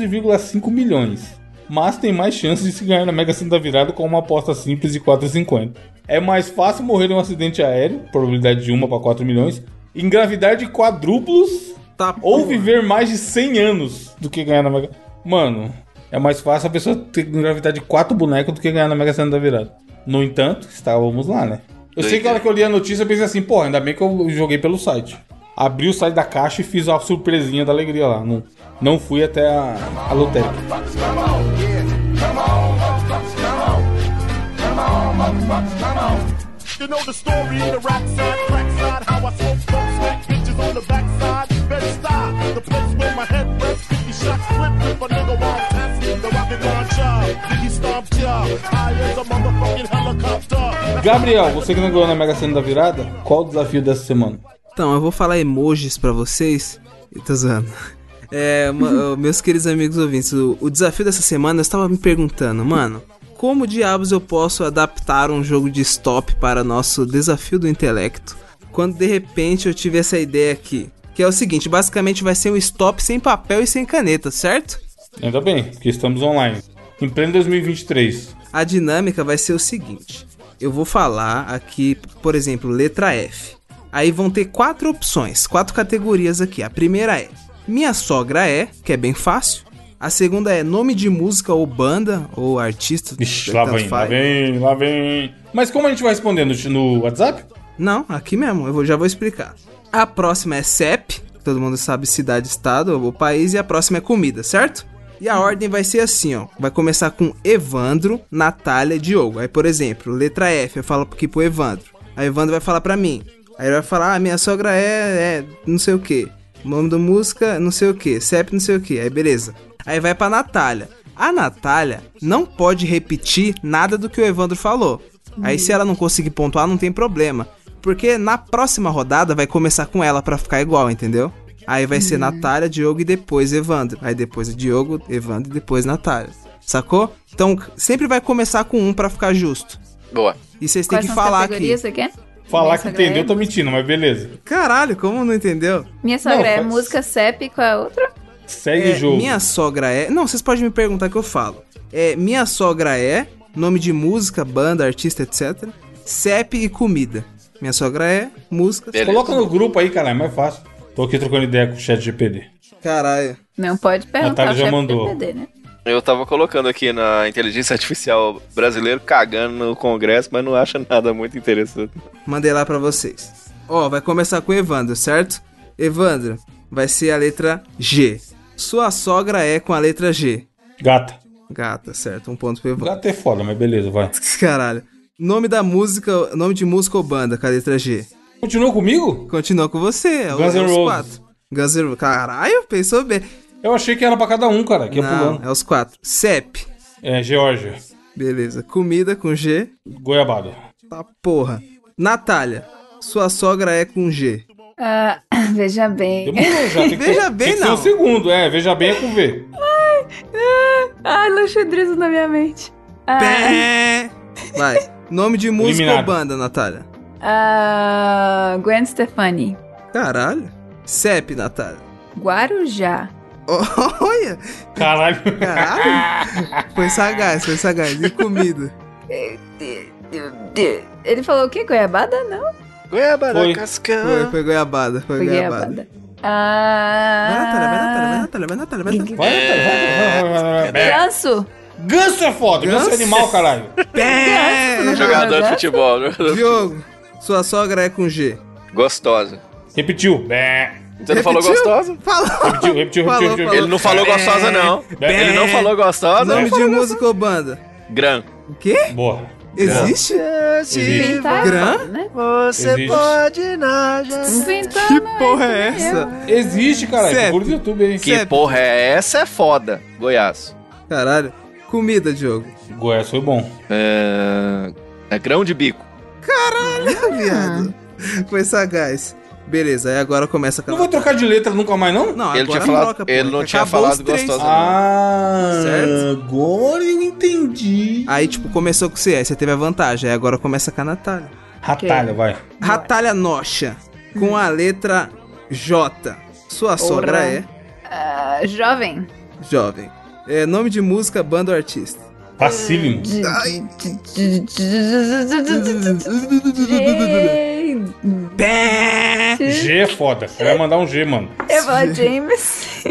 Speaker 1: 11,5 milhões. Mas tem mais chances de se ganhar na Mega Sena da virada com uma aposta simples de 4,50. É mais fácil morrer em um acidente aéreo, probabilidade de 1 para 4 milhões, engravidar de quadruplos
Speaker 3: Tá
Speaker 1: ou
Speaker 3: porra.
Speaker 1: viver mais de 100 anos do que ganhar na Mega... Mano, é mais fácil a pessoa ter que engravidar de quatro bonecos do que ganhar na Mega Sena da virada. No entanto, estávamos lá, né? Eu sei que a hora que eu li a notícia, eu pensei assim, pô, ainda bem que eu joguei pelo site. Abri o site da caixa e fiz uma surpresinha da alegria lá. Não, não fui até a, a lotérica.
Speaker 5: You know the story, the rack side, crack side, how I smoke, smoke, smack bitches on the backside. Better stop the place where my head rests. 50 shots flip if a nigga want test. The rocket launcher, Biggie stomped ya. High as a motherfucking helicopter.
Speaker 1: Gabriel, você que não ganhou na Mega Sena da virada, qual o desafio dessa semana?
Speaker 3: Então, eu vou falar emojis pra vocês. Eu tô zoando. É, ma- meus queridos amigos ouvintes, o, o desafio dessa semana eu estava me perguntando, mano, como diabos eu posso adaptar um jogo de stop para nosso desafio do intelecto? Quando de repente eu tive essa ideia aqui, que é o seguinte, basicamente vai ser um stop sem papel e sem caneta, certo?
Speaker 1: Ainda bem, que estamos online. Em pleno 2023.
Speaker 3: A dinâmica vai ser o seguinte: eu vou falar aqui, por exemplo, letra F. Aí vão ter quatro opções, quatro categorias aqui. A primeira é Minha Sogra é, que é bem fácil. A segunda é nome de música ou banda ou artista.
Speaker 1: Ixi, lá
Speaker 3: tanto
Speaker 1: vem, lá
Speaker 3: faz. né?
Speaker 1: vem, lá vem. Mas como a gente vai responder no, no WhatsApp?
Speaker 3: Não, aqui mesmo, eu vou- já vou explicar. A próxima é CEP, que todo mundo sabe cidade, estado ou país, e a próxima é comida, certo? E a ordem vai ser assim, ó. Vai começar com Evandro, Natália, Diogo. Aí, por exemplo, letra F, eu falo aqui pro Evandro. Aí o Evandro vai falar pra mim. Aí ele vai falar, ah, minha sogra é, é não sei o que. Nome da música, não sei o que. CEP, não sei o que. Aí, beleza. Aí vai pra Natália. A Natália não pode repetir nada do que o Evandro falou. Aí se ela não conseguir pontuar, não tem problema. Porque na próxima rodada vai começar com ela pra ficar igual, entendeu? Aí vai
Speaker 2: Uhum.
Speaker 3: ser Natália, Diogo e depois Evandro. Aí depois é Diogo, Evandro e depois Natália. Sacou? Então sempre vai começar com um pra ficar justo.
Speaker 4: Boa.
Speaker 3: E vocês têm
Speaker 2: Quais
Speaker 3: que
Speaker 2: são as
Speaker 3: falar aqui.
Speaker 2: categorias aqui?
Speaker 1: Falar
Speaker 2: Minha
Speaker 1: que
Speaker 2: sogra
Speaker 1: entendeu,
Speaker 2: é-
Speaker 1: tá mentindo, mas beleza.
Speaker 3: Caralho, como não entendeu?
Speaker 2: Minha sogra
Speaker 1: Não,
Speaker 2: é
Speaker 1: faz-
Speaker 2: música CEP, qual é a outra?
Speaker 1: Segue
Speaker 3: É,
Speaker 1: o jogo.
Speaker 3: Minha sogra é. Não, vocês podem me perguntar que eu falo. É, minha sogra é nome de música, banda, artista, etc. CEP e comida. Minha sogra é música.
Speaker 1: Coloca no grupo aí, caralho, mais fácil. Tô aqui trocando ideia com o chat GPD.
Speaker 3: Caralho.
Speaker 2: Não pode perguntar.
Speaker 1: Natália já
Speaker 2: o chefe do
Speaker 1: mandou.
Speaker 2: PD, né?
Speaker 4: Eu tava colocando aqui na inteligência artificial brasileiro cagando no Congresso, mas não acha nada muito interessante.
Speaker 3: Mandei lá pra vocês. Ó, vai começar com Evandro, certo? Evandro, vai ser a letra G. Sua sogra é com a letra G.
Speaker 1: Gata.
Speaker 3: Gata, certo? Um ponto pro Evandro.
Speaker 1: Gata é foda, mas beleza, vai.
Speaker 3: Caralho. Nome da música, nome de música ou banda com a letra G.
Speaker 1: Continua comigo?
Speaker 3: Continua com você. é o-
Speaker 1: Guns
Speaker 3: é
Speaker 1: N'
Speaker 3: os
Speaker 1: Roses.
Speaker 3: quatro. Guns N' Roses. Caralho, pensou bem.
Speaker 1: Eu achei que era pra cada um, cara, que ia
Speaker 3: Não,
Speaker 1: pulando.
Speaker 3: é os quatro. CEP.
Speaker 1: É, Georgia.
Speaker 3: Beleza. Comida com G.
Speaker 1: Goiabada.
Speaker 3: Tá porra. Natália. Sua sogra é com G.
Speaker 2: Ah, veja bem.
Speaker 1: Demorou já. Tem que
Speaker 3: Veja
Speaker 1: ser,
Speaker 3: bem,
Speaker 1: tem que ser
Speaker 3: não.
Speaker 1: o segundo, é. Veja bem é com V.
Speaker 2: Ai, luxudrizo Ah, na minha mente. Ah,
Speaker 3: Pé. Vai. Nome de música ou
Speaker 1: Eliminado.
Speaker 3: banda, Natália?
Speaker 2: ah, Gwen Stefani.
Speaker 3: Caralho. CEP, Natália.
Speaker 2: Guarujá.
Speaker 3: Olha!
Speaker 1: Caralho.
Speaker 3: Caralho! Foi sagaz, foi sagaz. E comida?
Speaker 2: Ele falou o quê? Goiabada? Não.
Speaker 4: Goiaba
Speaker 1: Foi.
Speaker 4: da
Speaker 3: Foi,
Speaker 4: Cascão.
Speaker 3: foi goiabada, foi,
Speaker 2: Foi
Speaker 3: goiabada.
Speaker 2: goiabada. Ah.
Speaker 3: Vai, Natália, vai, Natália, vai, Natália, vai, Natália.
Speaker 1: Vai, vai, vai, vai, vai, vai, vai.
Speaker 2: Ganso.
Speaker 1: Ganso é foda, ganso é
Speaker 3: Ganso.
Speaker 1: animal, caralho.
Speaker 3: É! Pé!
Speaker 2: Ganso,
Speaker 6: Jogador de
Speaker 2: Ganso?
Speaker 6: futebol. jogador-
Speaker 3: Diogo, sua sogra é com G.
Speaker 6: Gostosa.
Speaker 1: Repetiu. Bé.
Speaker 6: Você não falou
Speaker 3: Repetiu?
Speaker 6: gostosa? É
Speaker 3: Falou!
Speaker 6: um
Speaker 1: Repetiu, repetiu,
Speaker 3: Falou,
Speaker 1: repetiu,
Speaker 6: Ele
Speaker 1: repetiu.
Speaker 6: não
Speaker 4: É.
Speaker 6: falou gostosa, não. Ele não falou gostosa.
Speaker 3: Nome
Speaker 6: Não.
Speaker 3: de música ou banda?
Speaker 6: Gran.
Speaker 3: O quê?
Speaker 1: Boa.
Speaker 3: Existe?
Speaker 1: Existe.
Speaker 2: Pintar,
Speaker 3: Gran?
Speaker 2: né?
Speaker 4: Você
Speaker 1: Existe.
Speaker 4: pode na
Speaker 3: Hum.
Speaker 4: janela.
Speaker 2: Pintar,
Speaker 3: Que
Speaker 2: mas
Speaker 3: porra é
Speaker 2: eu-
Speaker 3: essa?
Speaker 1: Existe, caralho.
Speaker 3: Certo.
Speaker 1: Segura do YouTube aí.
Speaker 6: Que
Speaker 3: Certo.
Speaker 6: porra é essa? É foda. Goiás.
Speaker 3: Caralho. Comida, Diogo.
Speaker 1: Goiás foi bom.
Speaker 6: É, é grão de bico.
Speaker 3: Ah. Viado. Foi sagaz. Beleza, aí agora começa a
Speaker 1: Não vou trocar de letra nunca mais, não?
Speaker 3: Não,
Speaker 6: Ele
Speaker 3: agora
Speaker 6: tinha falado-
Speaker 3: troca, pô,
Speaker 6: ele não
Speaker 3: que
Speaker 6: tinha
Speaker 3: acabou
Speaker 6: falado
Speaker 3: os três.
Speaker 6: gostosa.
Speaker 1: Ah,
Speaker 3: Certo.
Speaker 1: agora eu entendi.
Speaker 3: Aí, tipo, começou com você, aí você teve a vantagem, aí agora começa com a Natália.
Speaker 1: Ratalho, vai.
Speaker 3: Ratalha Nocha, com a letra J. Sua sogra é
Speaker 2: Ah, jovem.
Speaker 3: jovem. É, nome de música, banda ou artista?
Speaker 1: Facílimo.
Speaker 3: Hum.
Speaker 2: Ah,
Speaker 3: Pé!
Speaker 1: G é foda. Você vai mandar um G, mano.
Speaker 2: Eva James.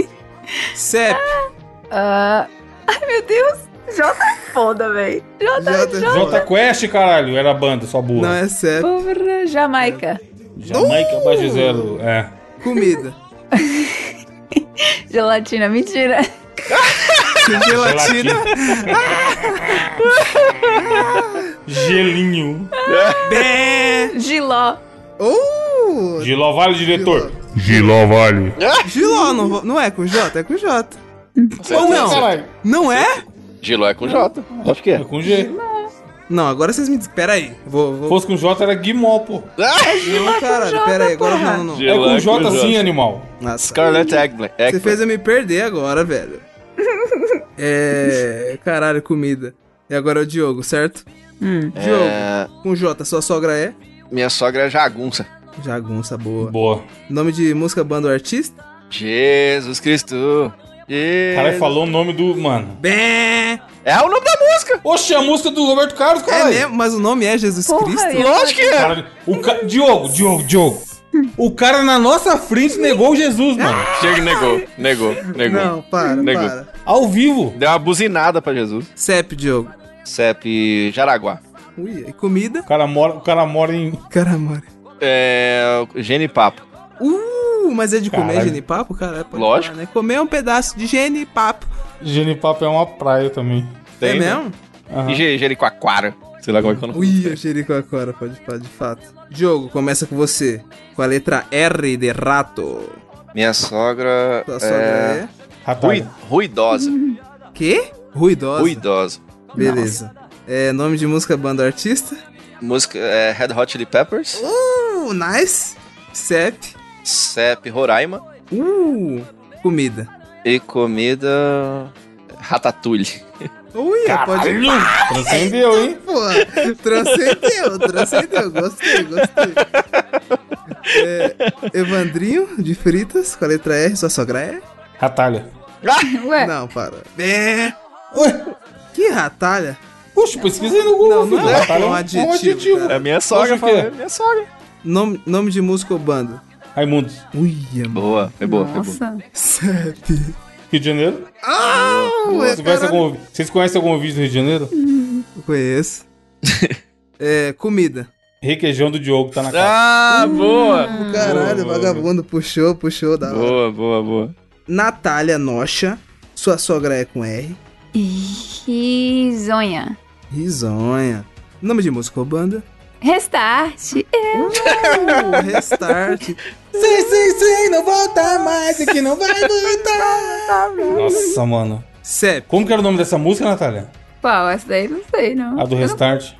Speaker 3: CEP,
Speaker 2: Ah, ai, meu Deus. J é foda, véi. J é
Speaker 3: J.
Speaker 1: Jota Quest, caralho. Era a banda, sua boa.
Speaker 3: Não é Uh! CEP.
Speaker 2: porra. Jamaica.
Speaker 1: Jamaica abaixo de zero. É.
Speaker 3: Comida.
Speaker 2: Gelatina. Mentira.
Speaker 3: Gelatina.
Speaker 1: Gelinho.
Speaker 3: Pé!
Speaker 2: Giló.
Speaker 3: Uh!
Speaker 1: Giló Vale, diretor.
Speaker 3: Giló, não, vou- não é com J, é com J.
Speaker 6: Ou
Speaker 1: Caralho.
Speaker 3: Não é?
Speaker 6: Giló é com J. Acho que
Speaker 1: É com G.
Speaker 3: Não, agora vocês me dizem. Pera aí. Vou.
Speaker 1: Se
Speaker 3: vou...
Speaker 1: fosse com J era Guimó, pô.
Speaker 3: Não, caralho,
Speaker 2: Ah, J,
Speaker 3: pera aí. Agora
Speaker 2: porra.
Speaker 3: não, não, não.
Speaker 1: É com J sim,
Speaker 6: assim.
Speaker 1: animal.
Speaker 3: Nossa.
Speaker 6: Scarlett Eggplant.
Speaker 3: Você fez eu me perder agora, velho. É. Caralho, comida. E agora é o Diogo, certo?
Speaker 2: Hum.
Speaker 6: É,
Speaker 3: Diogo, com J, sua sogra é?
Speaker 6: Minha sogra é jagunça.
Speaker 3: Jagunça, boa.
Speaker 1: Boa.
Speaker 3: Nome de música, banda ou artista?
Speaker 6: Jesus Cristo.
Speaker 1: O
Speaker 6: Jesus.
Speaker 3: É.
Speaker 1: cara é falou o nome do. Mano.
Speaker 3: Bé!
Speaker 6: É o nome da música.
Speaker 1: Oxe, a música do Roberto Carlos,
Speaker 3: É
Speaker 1: caralho.
Speaker 3: mesmo, mas o nome é Jesus
Speaker 2: Porra,
Speaker 3: Cristo?
Speaker 2: eu-
Speaker 6: Lógico que é.
Speaker 1: Caralho, O ca... Diogo, Diogo, Diogo. O cara na nossa frente negou Jesus, mano.
Speaker 6: Chega e negou. Negou. Negou.
Speaker 3: Não, para,
Speaker 6: Negou.
Speaker 3: para.
Speaker 1: Ao vivo.
Speaker 6: Deu uma buzinada pra Jesus.
Speaker 3: CEP, Diogo.
Speaker 6: CEP Jaraguá.
Speaker 3: Ui, e comida?
Speaker 1: O cara mora, o cara mora em.
Speaker 3: Caramora.
Speaker 6: É. Genipapo.
Speaker 3: Uh, mas é de comer
Speaker 1: Caralho.
Speaker 3: genipapo, cara? Pode
Speaker 6: Lógico.
Speaker 3: falar, né? Comer um pedaço de genipapo.
Speaker 1: Genipapo é uma praia também.
Speaker 6: Tem,
Speaker 3: é
Speaker 6: né?
Speaker 3: mesmo?
Speaker 1: Aham.
Speaker 6: E Ge- Jericoacoara. Sei lá como é que é o nome.
Speaker 3: Ui, eu jericoacoara, pode falar de fato. Diogo, começa com você. Com a letra R de rato.
Speaker 6: Minha sogra.
Speaker 3: Sua
Speaker 6: é...
Speaker 3: sogra é...
Speaker 1: Ratalho.
Speaker 6: Rui, ruidosa.
Speaker 3: Quê? Ruidosa.
Speaker 6: Ruidosa.
Speaker 3: Beleza. É, nome de música, banda, artista?
Speaker 6: Música é Red Hot Chili Peppers.
Speaker 3: Uh, nice. CEP.
Speaker 6: CEP Roraima.
Speaker 3: Uh, comida.
Speaker 6: E comida. Ratatouille.
Speaker 3: Ui, é, pode...
Speaker 1: Transcendeu, hein?
Speaker 3: Pô, transcendeu, transcendeu. Gostei, gostei. É, Evandrinho de Fritas, com a letra R, sua sogra é?
Speaker 1: Ratalha.
Speaker 2: Ué.
Speaker 3: Não, para. É. Ué, que ratalha.
Speaker 1: Oxe, pesquisa aí no Google.
Speaker 3: Não, não
Speaker 1: filho.
Speaker 3: é.
Speaker 1: Ratalha
Speaker 3: É um adjetivo, cara.
Speaker 6: É minha
Speaker 1: sogra,
Speaker 6: sogra,
Speaker 1: Lógico que é.
Speaker 6: falei.
Speaker 1: falei,
Speaker 6: Minha sogra.
Speaker 3: Nome, nome de música ou banda?
Speaker 1: Raimundos.
Speaker 3: Uia, mano.
Speaker 6: Boa, foi
Speaker 3: tá
Speaker 6: boa, foi boa.
Speaker 2: Nossa.
Speaker 3: Sete.
Speaker 1: Rio de Janeiro?
Speaker 3: Ah, ué,
Speaker 1: Você conhece
Speaker 3: caralho.
Speaker 1: algum- Vocês conhecem algum vídeo do Rio de Janeiro?
Speaker 3: Conheço. É, comida.
Speaker 1: Requeijão do Diogo tá na cara.
Speaker 6: Ah, boa!
Speaker 3: Caralho,
Speaker 6: boa,
Speaker 3: vagabundo, puxou, puxou, da hora.
Speaker 6: Boa, boa, boa.
Speaker 3: Natália Nocha, sua sogra é com R.
Speaker 2: Risonha.
Speaker 3: Risonha. Nome de música ou banda?
Speaker 2: Restart.
Speaker 3: Uh, restart. sim, sim, sim, não volta mais, e que não vai voltar.
Speaker 1: Nossa, mano.
Speaker 3: Cep,
Speaker 1: Como que era o nome dessa música, Natália?
Speaker 2: Qual? Essa daí não sei, não.
Speaker 1: A do Restart.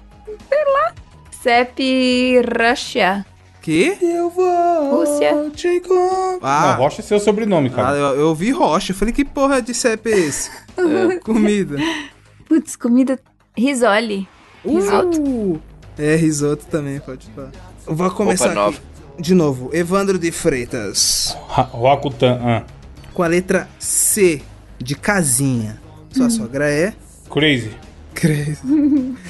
Speaker 2: CEP Russia.
Speaker 3: que? Eu vou
Speaker 2: Rússia.
Speaker 3: te encontrar.
Speaker 1: Não,
Speaker 3: Ah,
Speaker 1: Rocha é seu sobrenome,
Speaker 3: ah,
Speaker 1: cara.
Speaker 3: eu, eu vi rocha, eu falei, que porra de Cep é esse? Comida.
Speaker 2: Putz, comida. Risole. Risoto.
Speaker 3: Uh, é, risoto também, pode falar. Vou começar
Speaker 6: Opa,
Speaker 3: aqui. De novo, Evandro de Freitas.
Speaker 1: Ra- Roacutan. ah.
Speaker 3: com a letra C de casinha. Sua sogra é.
Speaker 1: Crazy.
Speaker 3: Crazy.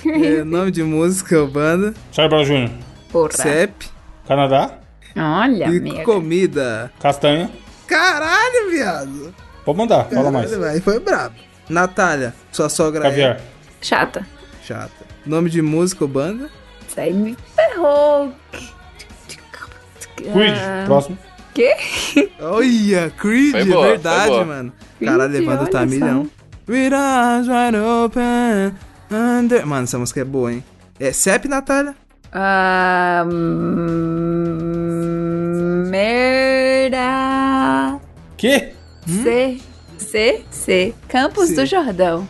Speaker 3: É, nome de música ou banda.
Speaker 1: Charlie Brown Jr.
Speaker 2: Porra.
Speaker 3: CEP.
Speaker 1: Canadá.
Speaker 2: Olha,
Speaker 3: E
Speaker 2: amigo.
Speaker 3: comida.
Speaker 1: Castanha.
Speaker 3: Caralho, viado.
Speaker 1: Pode mandar, fala mais.
Speaker 3: Caralho, velho, Foi brabo. Natália, sua sogra
Speaker 1: Caviar.
Speaker 2: Chata.
Speaker 3: é chata. Nome de música ou banda.
Speaker 2: Isso aí me ferrou.
Speaker 1: Creed.
Speaker 2: Ah,
Speaker 1: Próximo.
Speaker 2: quê?
Speaker 3: Olha, Creed,
Speaker 4: Foi boa,
Speaker 3: verdade,
Speaker 4: foi boa.
Speaker 3: mano.
Speaker 2: Creed,
Speaker 3: Caralho, levando tá
Speaker 2: olha
Speaker 3: a milhão. With eyes wide open, under... Mano, essa música é boa, hein? É CEP, Natália?
Speaker 2: Ah, hum, merda.
Speaker 1: Que?
Speaker 2: C, C, C. Campos
Speaker 3: C.
Speaker 2: do Jordão.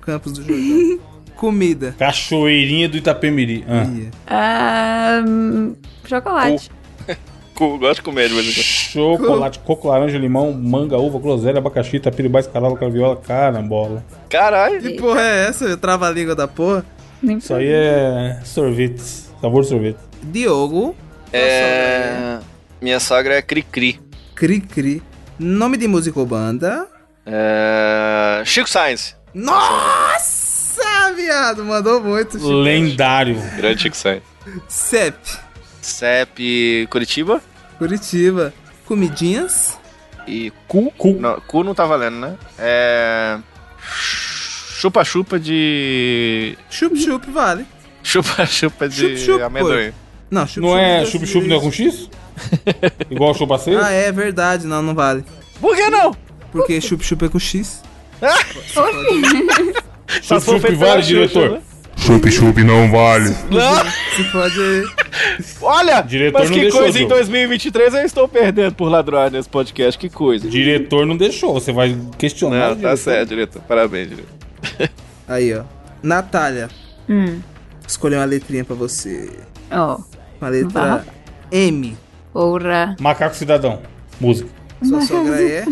Speaker 3: Campos do Jordão. Comida.
Speaker 1: Cachoeirinha do Itapemirim. Ah.
Speaker 3: Ia.
Speaker 2: Ah, hum, chocolate.
Speaker 4: Cu- Gosto de comer, mas
Speaker 1: Chocolate, coco, laranja, limão, manga, uva, groselha, abacaxi, tapiribá, escarala, craviola, carambola.
Speaker 4: Caralho.
Speaker 3: Que porra é essa? Eu trava a língua da porra.
Speaker 2: Nem
Speaker 1: Isso aí é sorvete, sabor de sorvete.
Speaker 3: Diogo.
Speaker 4: É... Minha sogra é Cri-Cri.
Speaker 3: Cri Cri. Nome de música ou banda.
Speaker 4: É... Chico Sainz.
Speaker 3: Nossa, viado. Mandou muito. Chico.
Speaker 1: Lendário.
Speaker 4: Grande Chico Sainz.
Speaker 3: CEP.
Speaker 4: CEP Curitiba.
Speaker 3: Curitiba. Comidinhas.
Speaker 4: E cu.
Speaker 1: Cu.
Speaker 4: Não, cu não tá valendo, né? É... Chupa-chupa de...
Speaker 3: Chup-chup, vale.
Speaker 4: Chupa-chupa de
Speaker 3: Chup-chup, pô.
Speaker 4: amendoim.
Speaker 3: Não, assim, chup-chup.
Speaker 1: Não é
Speaker 3: doce
Speaker 1: chup-chup,
Speaker 3: de
Speaker 1: não é
Speaker 3: leite.
Speaker 1: com X? Igual chupa C?
Speaker 3: Ah, é verdade. Não, não vale.
Speaker 4: Por que não?
Speaker 3: Porque chup-chup é com X.
Speaker 4: Só se for
Speaker 1: Chup-chup
Speaker 4: feito
Speaker 1: vale,
Speaker 4: pela Xuxa,
Speaker 1: diretor.
Speaker 4: né?
Speaker 7: Chup-chup não vale.
Speaker 4: Não!
Speaker 3: Se pode é- aí.
Speaker 4: Olha,
Speaker 1: Diretor
Speaker 4: mas
Speaker 1: não
Speaker 4: que
Speaker 1: deixou,
Speaker 4: coisa, em
Speaker 1: Diogo.
Speaker 4: 2023 eu estou perdendo por ladrões nesse podcast, que coisa.
Speaker 1: Diretor não deixou, você vai questionar.
Speaker 4: Não,
Speaker 1: o
Speaker 4: tá
Speaker 1: diretor.
Speaker 4: certo, diretor. Parabéns, diretor.
Speaker 3: Aí, ó. Natália.
Speaker 2: Hum.
Speaker 3: Escolhi uma letrinha pra você.
Speaker 2: Ó,
Speaker 3: Uma letra M.
Speaker 2: Oh, porra.
Speaker 1: Macaco Cidadão. Música.
Speaker 3: Sua sogra é.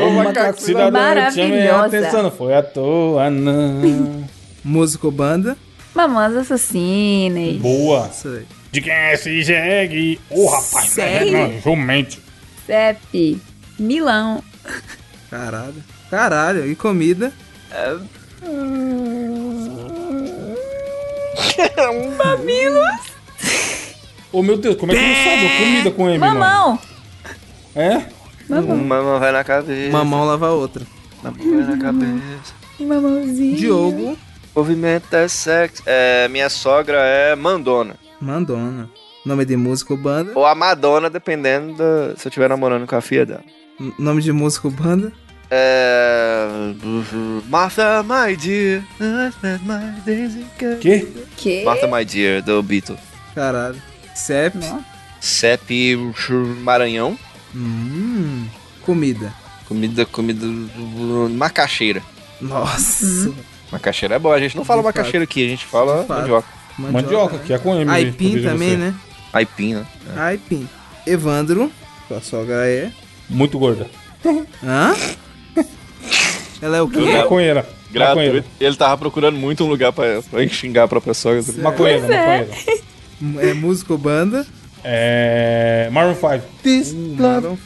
Speaker 1: Ô, macaco eu te chamei a
Speaker 2: Maravilhosa.
Speaker 1: atenção, não foi à toa, não.
Speaker 3: Música ou banda.
Speaker 2: Mamãs assassinas.
Speaker 1: Boa.
Speaker 3: Isso aí.
Speaker 1: De quem é esse jegue? Ô, rapaz, é
Speaker 2: Sério?
Speaker 1: não, realmente.
Speaker 2: CEP. Milão.
Speaker 3: Caralho. Caralho. E comida.
Speaker 1: Ô, meu Deus, como é que não sabe comida com M, mano?
Speaker 2: Mamão.
Speaker 1: É?
Speaker 4: Mamão vai na cabeça.
Speaker 3: Uma mão lava a outra.
Speaker 4: Mamão vai na cabeça.
Speaker 2: Mamãozinho.
Speaker 3: Diogo.
Speaker 4: Movimento é sexo. É, minha sogra é Mandona.
Speaker 3: Mandona. Nome de música ou banda.
Speaker 4: Ou a Madonna, dependendo da- se eu estiver namorando com a filha dela.
Speaker 3: N- Nome de música ou banda.
Speaker 4: É. Martha, my dear. Martha, my daisy girl.
Speaker 1: Que?
Speaker 2: Que?
Speaker 4: Martha, my dear, do Beatles.
Speaker 3: Caralho. CEP.
Speaker 2: Nossa.
Speaker 4: CEP Maranhão.
Speaker 3: Hum. Comida.
Speaker 4: Comida, comida. Macaxeira.
Speaker 3: Nossa.
Speaker 4: Macaxeira é boa, a gente não fala
Speaker 3: De fato.
Speaker 4: macaxeira aqui, a gente fala
Speaker 3: De fato.
Speaker 4: mandioca.
Speaker 1: Mandioca, que é com M. gente,
Speaker 3: né? Aipim
Speaker 1: corrija
Speaker 3: também,
Speaker 1: você.
Speaker 3: né?
Speaker 4: Aipim, né?
Speaker 3: Aipim. Evandro. Sua sogra é.
Speaker 1: Muito gorda.
Speaker 3: Hã? Ela é o quê?
Speaker 1: Maconheira. Maconheira.
Speaker 4: Gratuito. Ele tava procurando muito um lugar pra, pra xingar a própria sogra.
Speaker 1: Maconheira, maconheira.
Speaker 3: É música ou banda?
Speaker 1: É. Maroon 5. This
Speaker 3: Maroon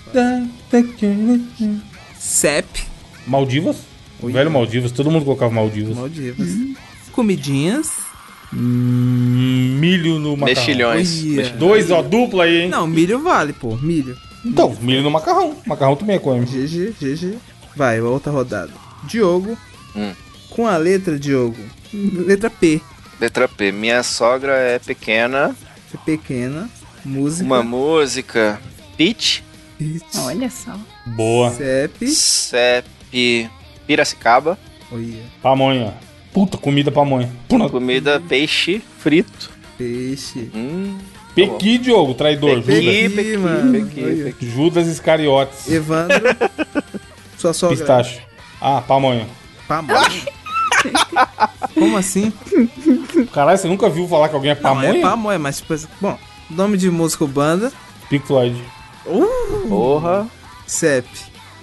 Speaker 3: CEP.
Speaker 1: Maldivas? O velho Maldivas, todo mundo colocava Maldivas.
Speaker 3: Maldivas. Comidinhas.
Speaker 1: Hum, Milho no macarrão.
Speaker 4: Mexilhões.
Speaker 3: Olha.
Speaker 4: Mexilhões.
Speaker 1: Dois, ó, dupla aí, hein?
Speaker 3: Não, milho vale, pô. Milho.
Speaker 1: Então, milho no macarrão. Macarrão também é com M.
Speaker 3: GG, GG. Vai, outra rodada. Diogo.
Speaker 4: Hum.
Speaker 3: Com a letra, Diogo. Letra P.
Speaker 4: Letra P. Minha sogra é pequena.
Speaker 3: Letra pequena. Música.
Speaker 4: Uma música. Pitch.
Speaker 3: Hits.
Speaker 2: Olha só.
Speaker 1: Boa.
Speaker 3: CEP.
Speaker 4: CEP. Piracicaba.
Speaker 3: Olha.
Speaker 1: Pamonha. Puta, comida pamonha. Pronto.
Speaker 4: Comida, peixe frito.
Speaker 3: Peixe.
Speaker 4: Hum.
Speaker 1: Pequi, Diogo, traidor.
Speaker 4: Pequi,
Speaker 3: Pequi,
Speaker 4: pequi,
Speaker 3: mano.
Speaker 4: pequi,
Speaker 3: Olha.
Speaker 4: pequi.
Speaker 1: Judas. Judas Iscariotes.
Speaker 3: Evandro. Sua sogra.
Speaker 1: Pistache. Ah, pamonha.
Speaker 3: Pamonha. Como assim?
Speaker 1: Caralho, você nunca viu falar que alguém é
Speaker 3: Não,
Speaker 1: pamonha?
Speaker 3: é pamonha, mas tipo assim, Bom, nome de música ou banda.
Speaker 1: Pink Floyd.
Speaker 4: Porra.
Speaker 3: CEP.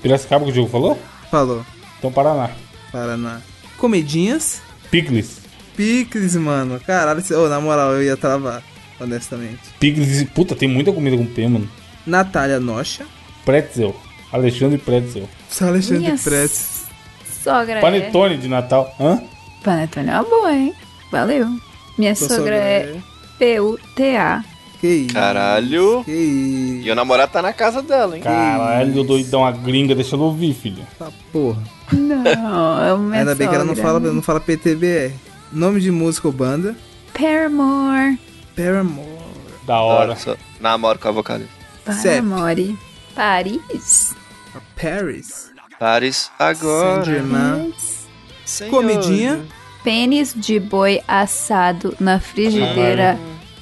Speaker 1: Piracicaba que o Diogo falou?
Speaker 3: Falou.
Speaker 1: Então, Paraná.
Speaker 3: Paraná. Comidinhas.
Speaker 1: Piglis.
Speaker 3: Picles, mano. Caralho, se- ô, na moral, eu ia travar, honestamente.
Speaker 1: Piglis. Puta, tem muita comida com P, mano.
Speaker 3: Natália Nocha.
Speaker 1: Pretzel. Alexandre Pretzel.
Speaker 3: Só Alexandre
Speaker 2: Minha
Speaker 3: Pretzel.
Speaker 2: s- sogra é...
Speaker 1: Panetone de Natal. Hã?
Speaker 2: Panetone é uma boa, hein? Valeu. Minha
Speaker 3: Sua
Speaker 2: sogra, é P-U-T-A.
Speaker 3: Que isso.
Speaker 4: Caralho.
Speaker 3: Que isso.
Speaker 4: E o namorado tá na casa dela, hein?
Speaker 1: Caralho, doidão, a gringa, deixa eu ouvir, filho.
Speaker 3: Tá porra.
Speaker 2: Não, é o minha
Speaker 3: Ainda bem que ela não
Speaker 2: sogra.
Speaker 3: fala, não fala PTBR. Nome de música ou banda?
Speaker 2: Paramore.
Speaker 3: Paramore.
Speaker 1: Da hora.
Speaker 4: Ora, só namoro com a vocalista.
Speaker 3: Sep.
Speaker 2: Paramore. Paris.
Speaker 3: Paris.
Speaker 4: Paris agora.
Speaker 3: Saint-Germain.
Speaker 4: senhor.
Speaker 3: Comidinha.
Speaker 2: Pênis de boi assado na frigideira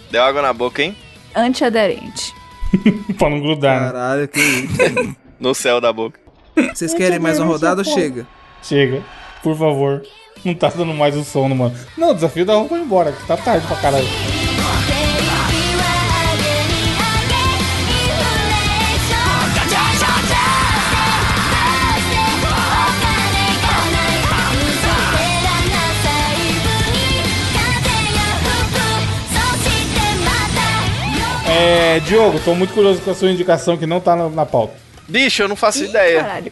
Speaker 4: Deu água na boca, hein?
Speaker 2: antiaderente.
Speaker 1: pra não grudar, né?
Speaker 3: Caralho, que isso.
Speaker 4: No céu da boca.
Speaker 3: Vocês querem mais uma rodada ou chega?
Speaker 1: Chega, por favor. Não tá dando mais o sono, mano. Não, o desafio da roupa foi embora, que tá tarde pra caralho. É, Diogo, tô muito curioso com a sua indicação que não tá na, na pauta.
Speaker 4: Bicho, eu não faço
Speaker 2: Ih,
Speaker 4: ideia.
Speaker 2: caralho.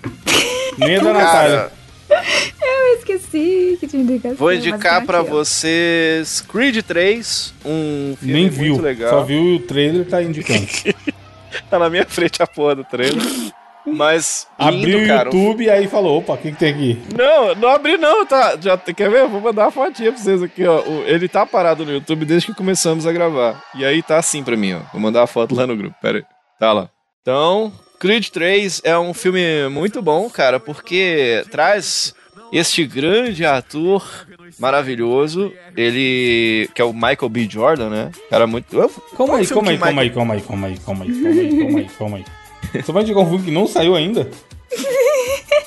Speaker 1: Nem a da Natália.
Speaker 4: Cara,
Speaker 2: Eu esqueci que te indicação.
Speaker 4: vou
Speaker 2: mas tá
Speaker 4: indicar
Speaker 2: aqui,
Speaker 4: pra
Speaker 2: ó.
Speaker 4: vocês Creed 3, um filme
Speaker 1: Nem
Speaker 4: muito
Speaker 1: viu.
Speaker 4: legal.
Speaker 1: Só viu o trailer tá indicando.
Speaker 4: Tá na minha frente a porra do trailer. Mas
Speaker 1: Abriu
Speaker 4: lindo,
Speaker 1: o
Speaker 4: cara. um
Speaker 1: YouTube e aí falou: opa, o que, que tem aqui?
Speaker 4: Não, não abri não, tá? Já, quer ver? Vou mandar uma fotinha pra vocês aqui, ó. O- ele tá parado no YouTube desde que começamos a gravar. E aí tá assim pra mim, ó. Vou mandar a foto lá no grupo, pera aí. Tá lá. Então, Creed 3 é um filme muito bom, cara, porque traz este grande ator maravilhoso, ele... que é o Michael B. Jordan, né? Cara muito... eu-
Speaker 1: Calma aí,
Speaker 4: filme
Speaker 1: calma aí,
Speaker 4: que
Speaker 1: calma aí, calma aí, calma aí, calma aí, calma aí, calma aí, calma aí. Você vai indicar um filme que não saiu ainda?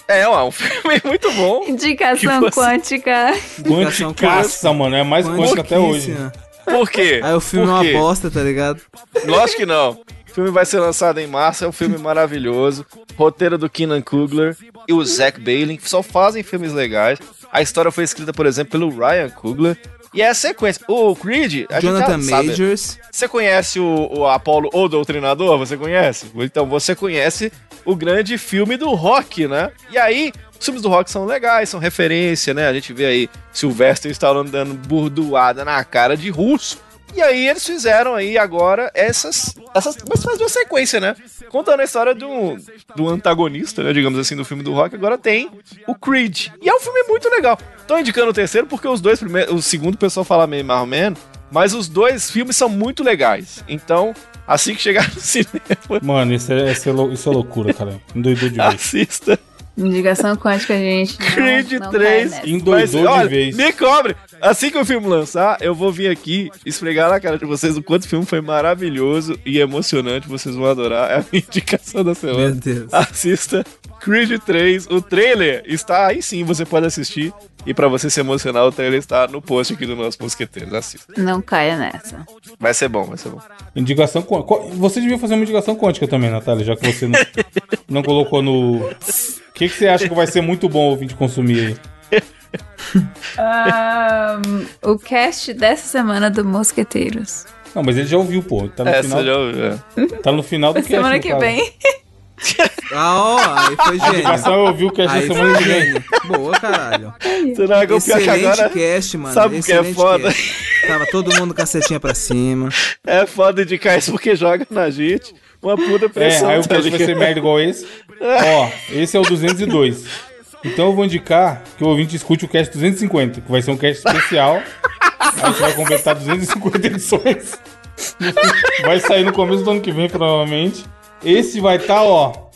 Speaker 4: É, ó, um filme muito bom.
Speaker 2: Indicação
Speaker 4: que você-
Speaker 2: quântica.
Speaker 3: Indicação
Speaker 1: Quântica, mano, é mais quântica até hoje.
Speaker 3: Quantiquíssima.
Speaker 4: Por quê?
Speaker 3: Aí o filme é
Speaker 4: Por
Speaker 3: uma
Speaker 4: quê?
Speaker 3: bosta, tá ligado?
Speaker 4: Lógico que não. O filme vai ser lançado em março, é um filme maravilhoso. Roteiro do Keenan Kugler e o Zac Bailey, que só fazem filmes legais. A história foi escrita, por exemplo, pelo Ryan Kugler. E é a sequência. O Creed, a
Speaker 3: Jonathan
Speaker 4: gente já sabe.
Speaker 3: Majors.
Speaker 4: Você conhece o, o Apollo ou Doutrinador? Você conhece? Então você conhece o grande filme do rock, né? E aí, os filmes do rock são legais, são referência, né? A gente vê aí Sylvester Stallone dando burdoada na cara de russo. E aí eles fizeram aí agora essas... essas mas faz uma sequência, né? Contando a história do, do antagonista, né? Digamos assim, do filme do rock. Agora tem o Creed. E é um filme muito legal. Tô indicando o terceiro porque os dois primeiros... O segundo o pessoal fala meio mais ou menos. Mas os dois filmes são muito legais. Então, assim que chegar no cinema,
Speaker 1: Mano, isso é, isso é, lou- isso é loucura, cara. Endoidou de vez.
Speaker 4: assista.
Speaker 2: Indicação quântica, gente. Não,
Speaker 4: Creed
Speaker 2: não cai
Speaker 4: 3.
Speaker 2: nessa.
Speaker 4: Mas,
Speaker 1: Endoidou de
Speaker 4: olha,
Speaker 1: vez.
Speaker 4: me cobre. Assim que o filme lançar, eu vou vir aqui esfregar na cara de vocês o quanto o filme foi maravilhoso e emocionante. Vocês vão adorar. É a minha indicação da
Speaker 3: Meu
Speaker 4: semana.
Speaker 3: Deus.
Speaker 4: Assista Creed 3. O trailer está aí sim, você pode assistir. E pra você se emocionar, o trailer está no post aqui do nosso Mosqueteiros. Assista.
Speaker 2: Não caia nessa.
Speaker 4: Vai ser bom, vai ser bom.
Speaker 1: Indicação quântica. Você devia fazer uma indicação quântica também, Natália, já que você não, não colocou no. O que, que você acha que vai ser muito bom ouvir de consumir aí?
Speaker 2: Ahn, o cast dessa semana do Mosqueteiros.
Speaker 1: Não, mas ele já ouviu, pô. Tá no,
Speaker 4: É,
Speaker 1: final,
Speaker 4: você já ouviu. é.
Speaker 1: tá no final do cast.
Speaker 2: semana
Speaker 1: no
Speaker 2: que
Speaker 1: caso.
Speaker 2: vem.
Speaker 3: Ah, ó, aí foi
Speaker 1: A
Speaker 3: gênio.
Speaker 1: indicação eu ouvi o
Speaker 4: Ah,
Speaker 1: cast da
Speaker 3: Aí
Speaker 1: semana
Speaker 3: foi
Speaker 1: que vem.
Speaker 3: gênio. Boa, caralho.
Speaker 4: Você não vai confiar que
Speaker 3: Excelente
Speaker 4: agora.
Speaker 3: cast, mano.
Speaker 4: Sabe o que é
Speaker 3: Excelente
Speaker 4: foda?
Speaker 3: cast. Tava todo mundo com a setinha pra cima.
Speaker 4: É foda indicar isso porque joga na gente uma puta
Speaker 1: É,
Speaker 4: pressão.
Speaker 1: aí o
Speaker 4: tá
Speaker 1: cast vai ser
Speaker 4: ligado?
Speaker 1: merda igual esse. Ó, esse é o 202. Então eu vou indicar que o ouvinte escute o cast 250, que vai ser um cast especial. A gente vai completar 250 edições. Vai sair no começo do ano que vem, provavelmente. Esse vai estar, ó.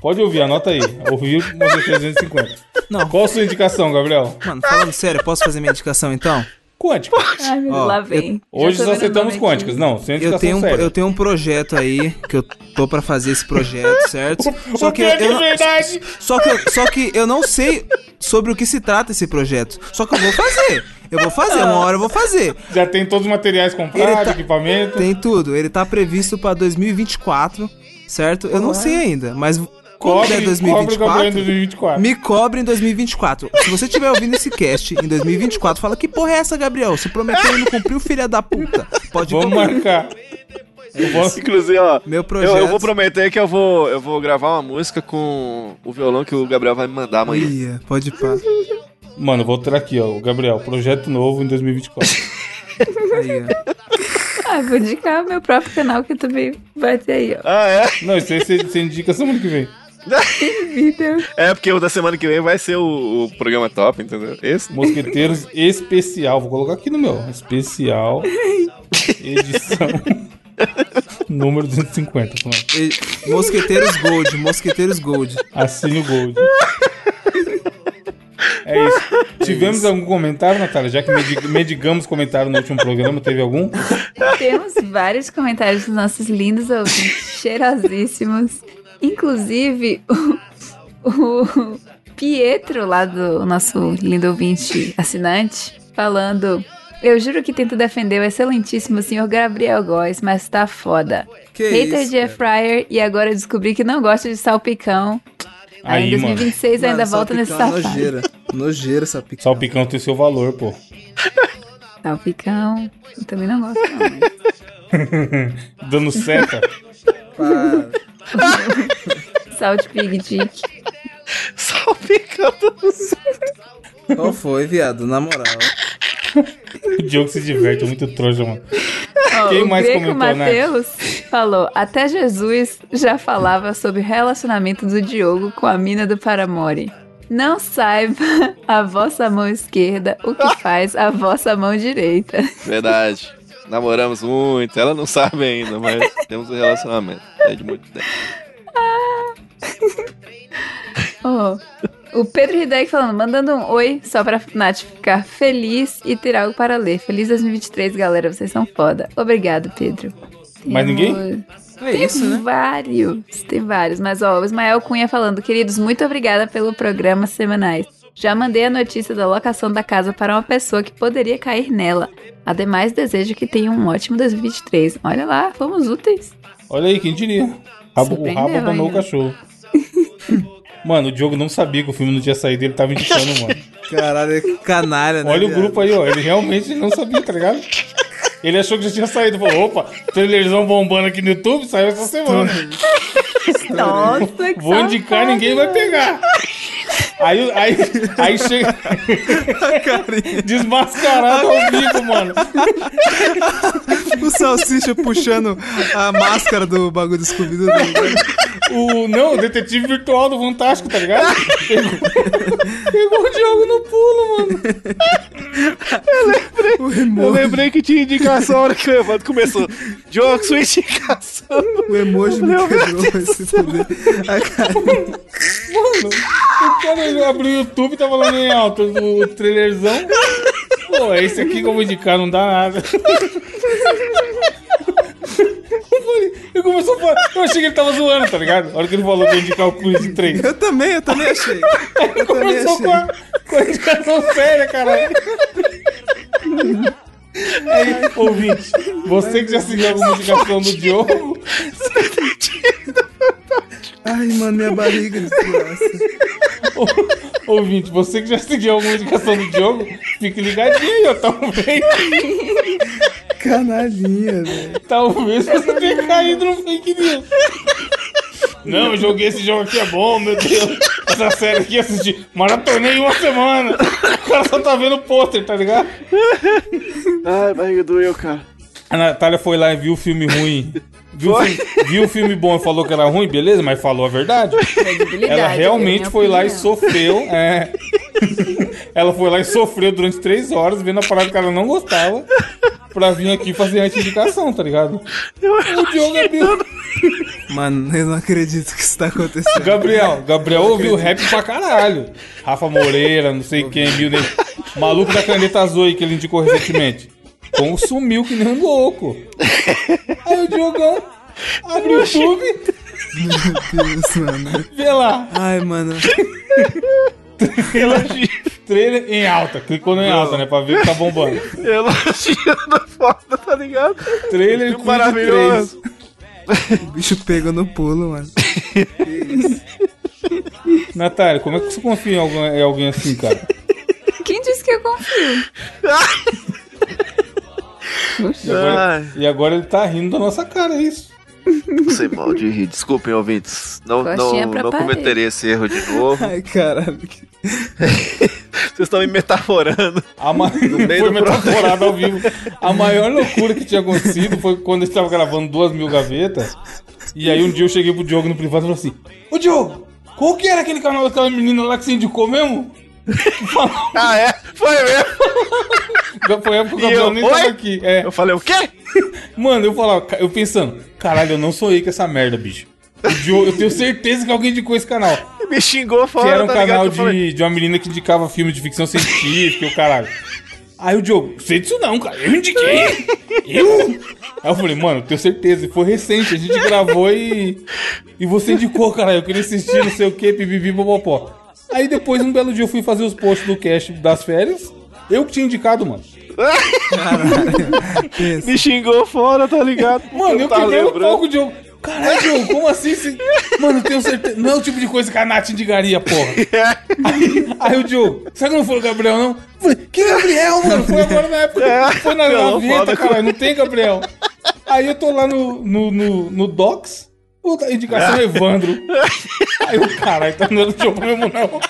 Speaker 1: Pode ouvir, anota aí. Ouvir o 350.
Speaker 3: Não.
Speaker 1: Qual a sua indicação, Gabriel?
Speaker 3: Mano, falando sério, posso fazer minha indicação então?
Speaker 1: Quântico.
Speaker 2: Ai, meu
Speaker 3: Ó,
Speaker 2: Deus, lá vem.
Speaker 1: Hoje só
Speaker 2: Já tô vendo
Speaker 1: aceitamos
Speaker 2: o nome aqui.
Speaker 1: quânticas. né? Não, sem indicação
Speaker 3: Eu tenho, um,
Speaker 1: séria.
Speaker 3: eu tenho um projeto aí, que eu tô pra fazer esse projeto, certo? Só
Speaker 1: O
Speaker 3: que
Speaker 1: pior
Speaker 3: eu,
Speaker 1: de
Speaker 3: eu não-
Speaker 1: verdade.
Speaker 3: só que eu- só que eu não sei sobre o que se trata esse projeto. Só que eu vou fazer. Eu vou fazer, uma hora eu vou fazer.
Speaker 1: Já tem todos os materiais
Speaker 3: Ele
Speaker 1: comprados,
Speaker 3: tá-
Speaker 1: equipamento.
Speaker 3: Tem tudo. Ele tá previsto pra 2024, certo? Eu não sei ainda, mas quando
Speaker 1: Cobre,
Speaker 3: é
Speaker 1: cobre o campeão em
Speaker 3: 2024?
Speaker 1: 2024.
Speaker 3: Me cobre em 2024. Se você estiver ouvindo esse cast em 2024, fala que porra é essa, Gabriel? Se prometeu e não cumpriu, filha da puta. Pode
Speaker 1: Vamos
Speaker 3: cobrar.
Speaker 1: marcar.
Speaker 6: Inclusive, ó.
Speaker 3: Meu
Speaker 6: Eu,
Speaker 3: projeto.
Speaker 6: eu vou prometer que eu vou, eu vou gravar uma música com o violão que o Gabriel vai me mandar amanhã.
Speaker 3: Ia, pode pá.
Speaker 1: Mano, vou ter aqui, ó. O Gabriel, projeto novo em 2024.
Speaker 3: Aí, é. ó.
Speaker 2: Ah, vou indicar meu próprio canal que também vai ter aí, ó.
Speaker 6: Ah, é?
Speaker 1: Não, isso aí você você indica semana que vem.
Speaker 2: Vídeo.
Speaker 6: É porque o da semana que vem vai ser o, o programa top, entendeu? Esse.
Speaker 1: Mosqueteiros especial. Vou colocar aqui no meu. Especial. Edição. Número 250. pronto.
Speaker 3: E- Mosqueteiros Gold, Mosqueteiros Gold.
Speaker 1: Assine o Gold. É isso. Tivemos algum comentário, Natália? Já que medi- medigamos comentário no último programa, teve algum?
Speaker 2: Temos vários comentários dos nossos lindos ouvintes, cheirosíssimos. Inclusive, o, o Pietro, lá do nosso lindo ouvinte assinante, falando. Eu juro que tento defender o excelentíssimo senhor Gabriel Góes, mas tá foda.
Speaker 3: Que
Speaker 2: Hater
Speaker 3: isso,
Speaker 2: de air fryer e agora descobri que não gosta de salpicão. Aí, em
Speaker 1: Aí, mano.
Speaker 2: 2026 ainda volta nesse safado.
Speaker 3: é Nojeira. Nojeira essa pica.
Speaker 1: Salpicão tem seu valor, pô.
Speaker 2: Salpicão, eu também não gosto não. mas-
Speaker 1: Dando seta.
Speaker 3: Para.
Speaker 2: Salt Pig Dick.
Speaker 6: Salpicando.
Speaker 3: Qual foi, viado? Na moral.
Speaker 1: O Diogo se diverte, é muito trouxa, mano.
Speaker 2: Ó,
Speaker 1: Quem
Speaker 2: o
Speaker 1: mais
Speaker 2: Greco
Speaker 1: comentou, né? Nath?
Speaker 2: Mateus falou: até Jesus já falava sobre o relacionamento do Diogo com a mina do Paramore. Não saiba a vossa mão esquerda o que faz a vossa mão direita.
Speaker 6: Verdade. Namoramos muito. Ela não sabe ainda, mas temos um relacionamento. É de muito tempo.
Speaker 2: Ó, O Pedro Hideck falando, mandando um oi só pra Nath ficar feliz e ter algo para ler. Feliz 2023, galera. Vocês são foda. Obrigado, Pedro.
Speaker 1: Mais ninguém?
Speaker 2: Temos-
Speaker 3: É
Speaker 2: Tem
Speaker 3: isso, né?
Speaker 2: vários, tem vários. Mas ó, o Ismael Cunha falando, queridos, muito obrigada pelo programa semanais. Já mandei a notícia da locação da casa para uma pessoa que poderia cair nela. Ademais, desejo que tenha um ótimo 2023. Olha lá, fomos úteis.
Speaker 1: Olha aí, quem diria? Rabo, o rabo
Speaker 2: Surpreendeu
Speaker 1: abandonou o
Speaker 2: ainda.
Speaker 1: cachorro. Mano, o Diogo não sabia que o filme não tinha saído, ele tava indicando, mano.
Speaker 3: Caralho, é canalha, né?
Speaker 1: Olha o
Speaker 3: viado?
Speaker 1: grupo aí, ó. Ele realmente não sabia, tá ligado? Ele achou que já tinha saído. Falou, opa, trailerzão bombando aqui no YouTube, saiu essa semana.
Speaker 2: Nossa, que
Speaker 1: Vou indicar,
Speaker 2: safado.
Speaker 1: ninguém vai pegar. Aí, aí, aí chega
Speaker 3: A carinha.
Speaker 1: desmascarado ao vivo, mano.
Speaker 3: O Salsicha puxando a máscara do bagulho do Scooby-Doo. né?
Speaker 1: O, não, o detetive virtual do Fantástico, tá ligado? Pegou, pegou o Diogo no pulo, mano.
Speaker 3: O
Speaker 6: Eu
Speaker 3: emoji,
Speaker 6: lembrei que tinha indicação a hora que o Evandro começou. Diogo, sua indicação.
Speaker 3: o emoji me quebrou. vai se fuder. A carinha.
Speaker 1: Mano, o cara abriu o YouTube e tava falando em alto o trailerzão. Pô, é esse aqui que eu vou indicar, não dá nada. Eu falei, Eu começou a falar, eu achei que ele tava zoando, tá ligado? A hora que ele falou que ia indicar o Cruise 3.
Speaker 3: Eu também, eu também achei.
Speaker 1: Ele começou com a, com a indicação séria, caralho. Aí, ouvinte, você que já seguiu alguma indicação do Diogo,
Speaker 3: Ai, mano, minha barriga desgraça.
Speaker 1: ouvinte, você que já seguiu alguma indicação do Diogo, fique ligadinho aí, ó, talvez.
Speaker 3: Canalhinha, velho.
Speaker 1: Talvez você tenha caído no fake news. Não, eu joguei esse jogo aqui, é bom, meu Deus. Essa série aqui eu assisti. Maratonei em uma semana. O cara só tá vendo o pôster, tá ligado?
Speaker 6: Ai, barriga doeu, cara.
Speaker 1: A Natália foi lá e viu o filme ruim. Viu, o filme, viu o filme bom e falou que era ruim, beleza, mas falou a verdade.
Speaker 2: Credibilidade,
Speaker 1: Ela
Speaker 2: é a
Speaker 1: realmente
Speaker 2: minha
Speaker 1: foi lá e
Speaker 2: opinião.
Speaker 1: sofreu. é. Ela foi lá e sofreu durante três horas, vendo a parada que ela não gostava, pra vir aqui fazer a indicação, tá ligado? O Diogo é bi-
Speaker 3: Mano, eu não acredito que isso tá acontecendo.
Speaker 1: Gabriel, Gabriel ouviu rap pra caralho. Rafa Moreira, não sei quem, viu nem. Maluco da caneta azul aí que ele indicou recentemente. Consumiu que nem um louco. Aí o Diogão abre o YouTube,
Speaker 3: Meu Deus, mano.
Speaker 1: vê lá.
Speaker 3: Ai, mano.
Speaker 1: Trailer em alta. Clicou no em alta, né? Pra ver que tá bombando.
Speaker 6: Elogiando foda, tá ligado?
Speaker 1: Trailer Creed
Speaker 6: Maravilhoso.
Speaker 1: 3.
Speaker 3: O bicho pegou no pulo, mano.
Speaker 1: Natália, como é que você confia em alguém, em alguém assim, cara?
Speaker 2: Quem disse que eu confio?
Speaker 1: E agora, e agora ele tá rindo da nossa cara, é isso.
Speaker 6: Não sei mal de rir. Desculpem, ouvintes. Não, não,
Speaker 2: Coxinha pra
Speaker 6: não
Speaker 2: parede.
Speaker 6: cometerei esse erro de novo.
Speaker 3: Ai, caralho.
Speaker 6: Vocês estão me metaforando.
Speaker 1: A ma...
Speaker 6: meio
Speaker 1: foi
Speaker 6: do programa.
Speaker 1: metaforada ao vivo. A maior loucura que tinha acontecido foi quando a gente tava gravando duas mil gavetas. E aí um dia eu cheguei pro Diogo no privado e falei assim: Ô Diogo, qual que era aquele canal daquela menina lá que você indicou mesmo?
Speaker 6: Ah, é? Foi mesmo.
Speaker 1: Já Foi a época que o
Speaker 6: E
Speaker 1: Gabriel
Speaker 6: eu,
Speaker 1: nem tava
Speaker 6: "Oi?"
Speaker 1: aqui. É.
Speaker 6: Eu falei, o quê?
Speaker 1: Mano, eu falava, ca- eu pensando, caralho, eu não sonhei com essa merda, bicho. O Diogo, eu tenho certeza que alguém indicou esse canal.
Speaker 6: Me xingou
Speaker 1: Que
Speaker 6: fora,
Speaker 1: era um
Speaker 6: tá
Speaker 1: canal
Speaker 6: ligado? Eu falei,
Speaker 1: de, de uma menina que indicava filme de ficção científica e o caralho. Aí o Diogo, sei disso não, cara. Eu indiquei. Eu? Aí eu falei, mano, tenho certeza. E foi recente. A gente gravou e. E você indicou, cara. Eu queria assistir, não sei o que, pipipi, popopó. Aí depois, um belo dia, eu fui fazer os posts do cast das férias. Eu que tinha indicado, mano.
Speaker 6: Me xingou fora, tá ligado?
Speaker 1: Mano, eu
Speaker 6: tava
Speaker 1: quebrei um
Speaker 6: lembrando.
Speaker 1: pouco, Diogo. Caralho, Diogo, como assim? Você... Mano, eu tenho certeza. Não é o tipo de coisa que a Nath indicaria, porra. Aí, aí o Diogo, será que não foi o Gabriel, não? Eu Falei, que Gabriel, mano? Foi agora na época. foi na
Speaker 6: Pelão
Speaker 1: gaveta,
Speaker 6: É. foda.
Speaker 1: caralho. Não tem Gabriel. Aí eu tô lá no, no, no, no Docs. Puta, indicação Evandro. Aí o caralho, tá dando Diogo mesmo, não.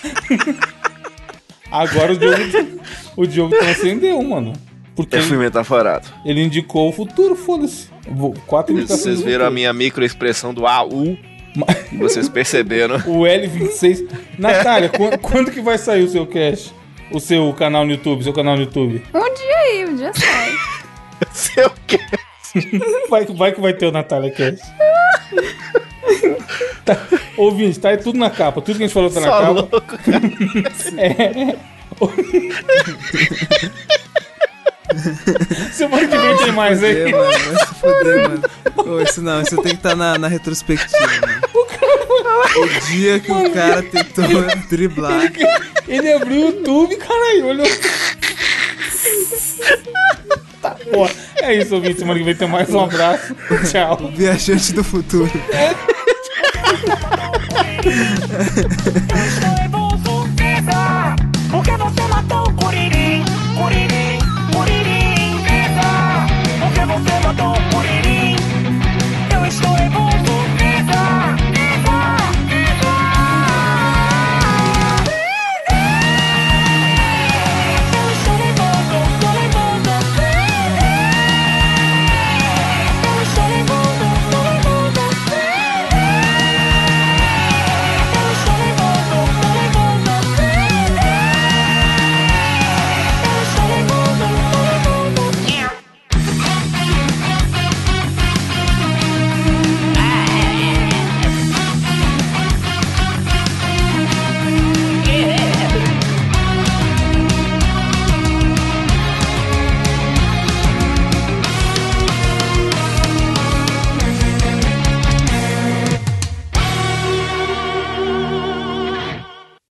Speaker 1: Agora o Diogo, o Diogo transcendeu, mano. Porque
Speaker 6: Eu fui metaforado.
Speaker 1: ele indicou o futuro, foda-se. Vou- Quatro indicações.
Speaker 6: Vocês
Speaker 1: do
Speaker 6: viram a
Speaker 1: futuro.
Speaker 6: minha microexpressão do AU? Vocês perceberam?
Speaker 1: O L26. Natália, quan- quando, que vai sair o seu cast? O seu canal no YouTube, seu canal no YouTube.
Speaker 2: Um dia aí, um dia sai.
Speaker 6: Seu quê?
Speaker 1: Vai, que- vai que vai ter o Natália Cast. Tá, ouvinte, tá aí tudo na capa. Tudo que a gente falou tá na
Speaker 6: Só
Speaker 1: capa. É.
Speaker 6: louco,
Speaker 1: Semana que vem tem mais
Speaker 3: É,
Speaker 1: aí.
Speaker 3: mano, vai se fuder, mano. Ô, isso não, isso tem que estar na, na retrospectiva, mano. O dia que o cara tentou driblar.
Speaker 1: Ele abriu o YouTube, caralho, olhou. Tá, porra. É isso, ouvinte. Semana que vem tem mais. Um abraço. Tchau.
Speaker 3: Viajante do futuro.
Speaker 8: Estou em Bonsucesa, porque você matou o Curiri, Curiri.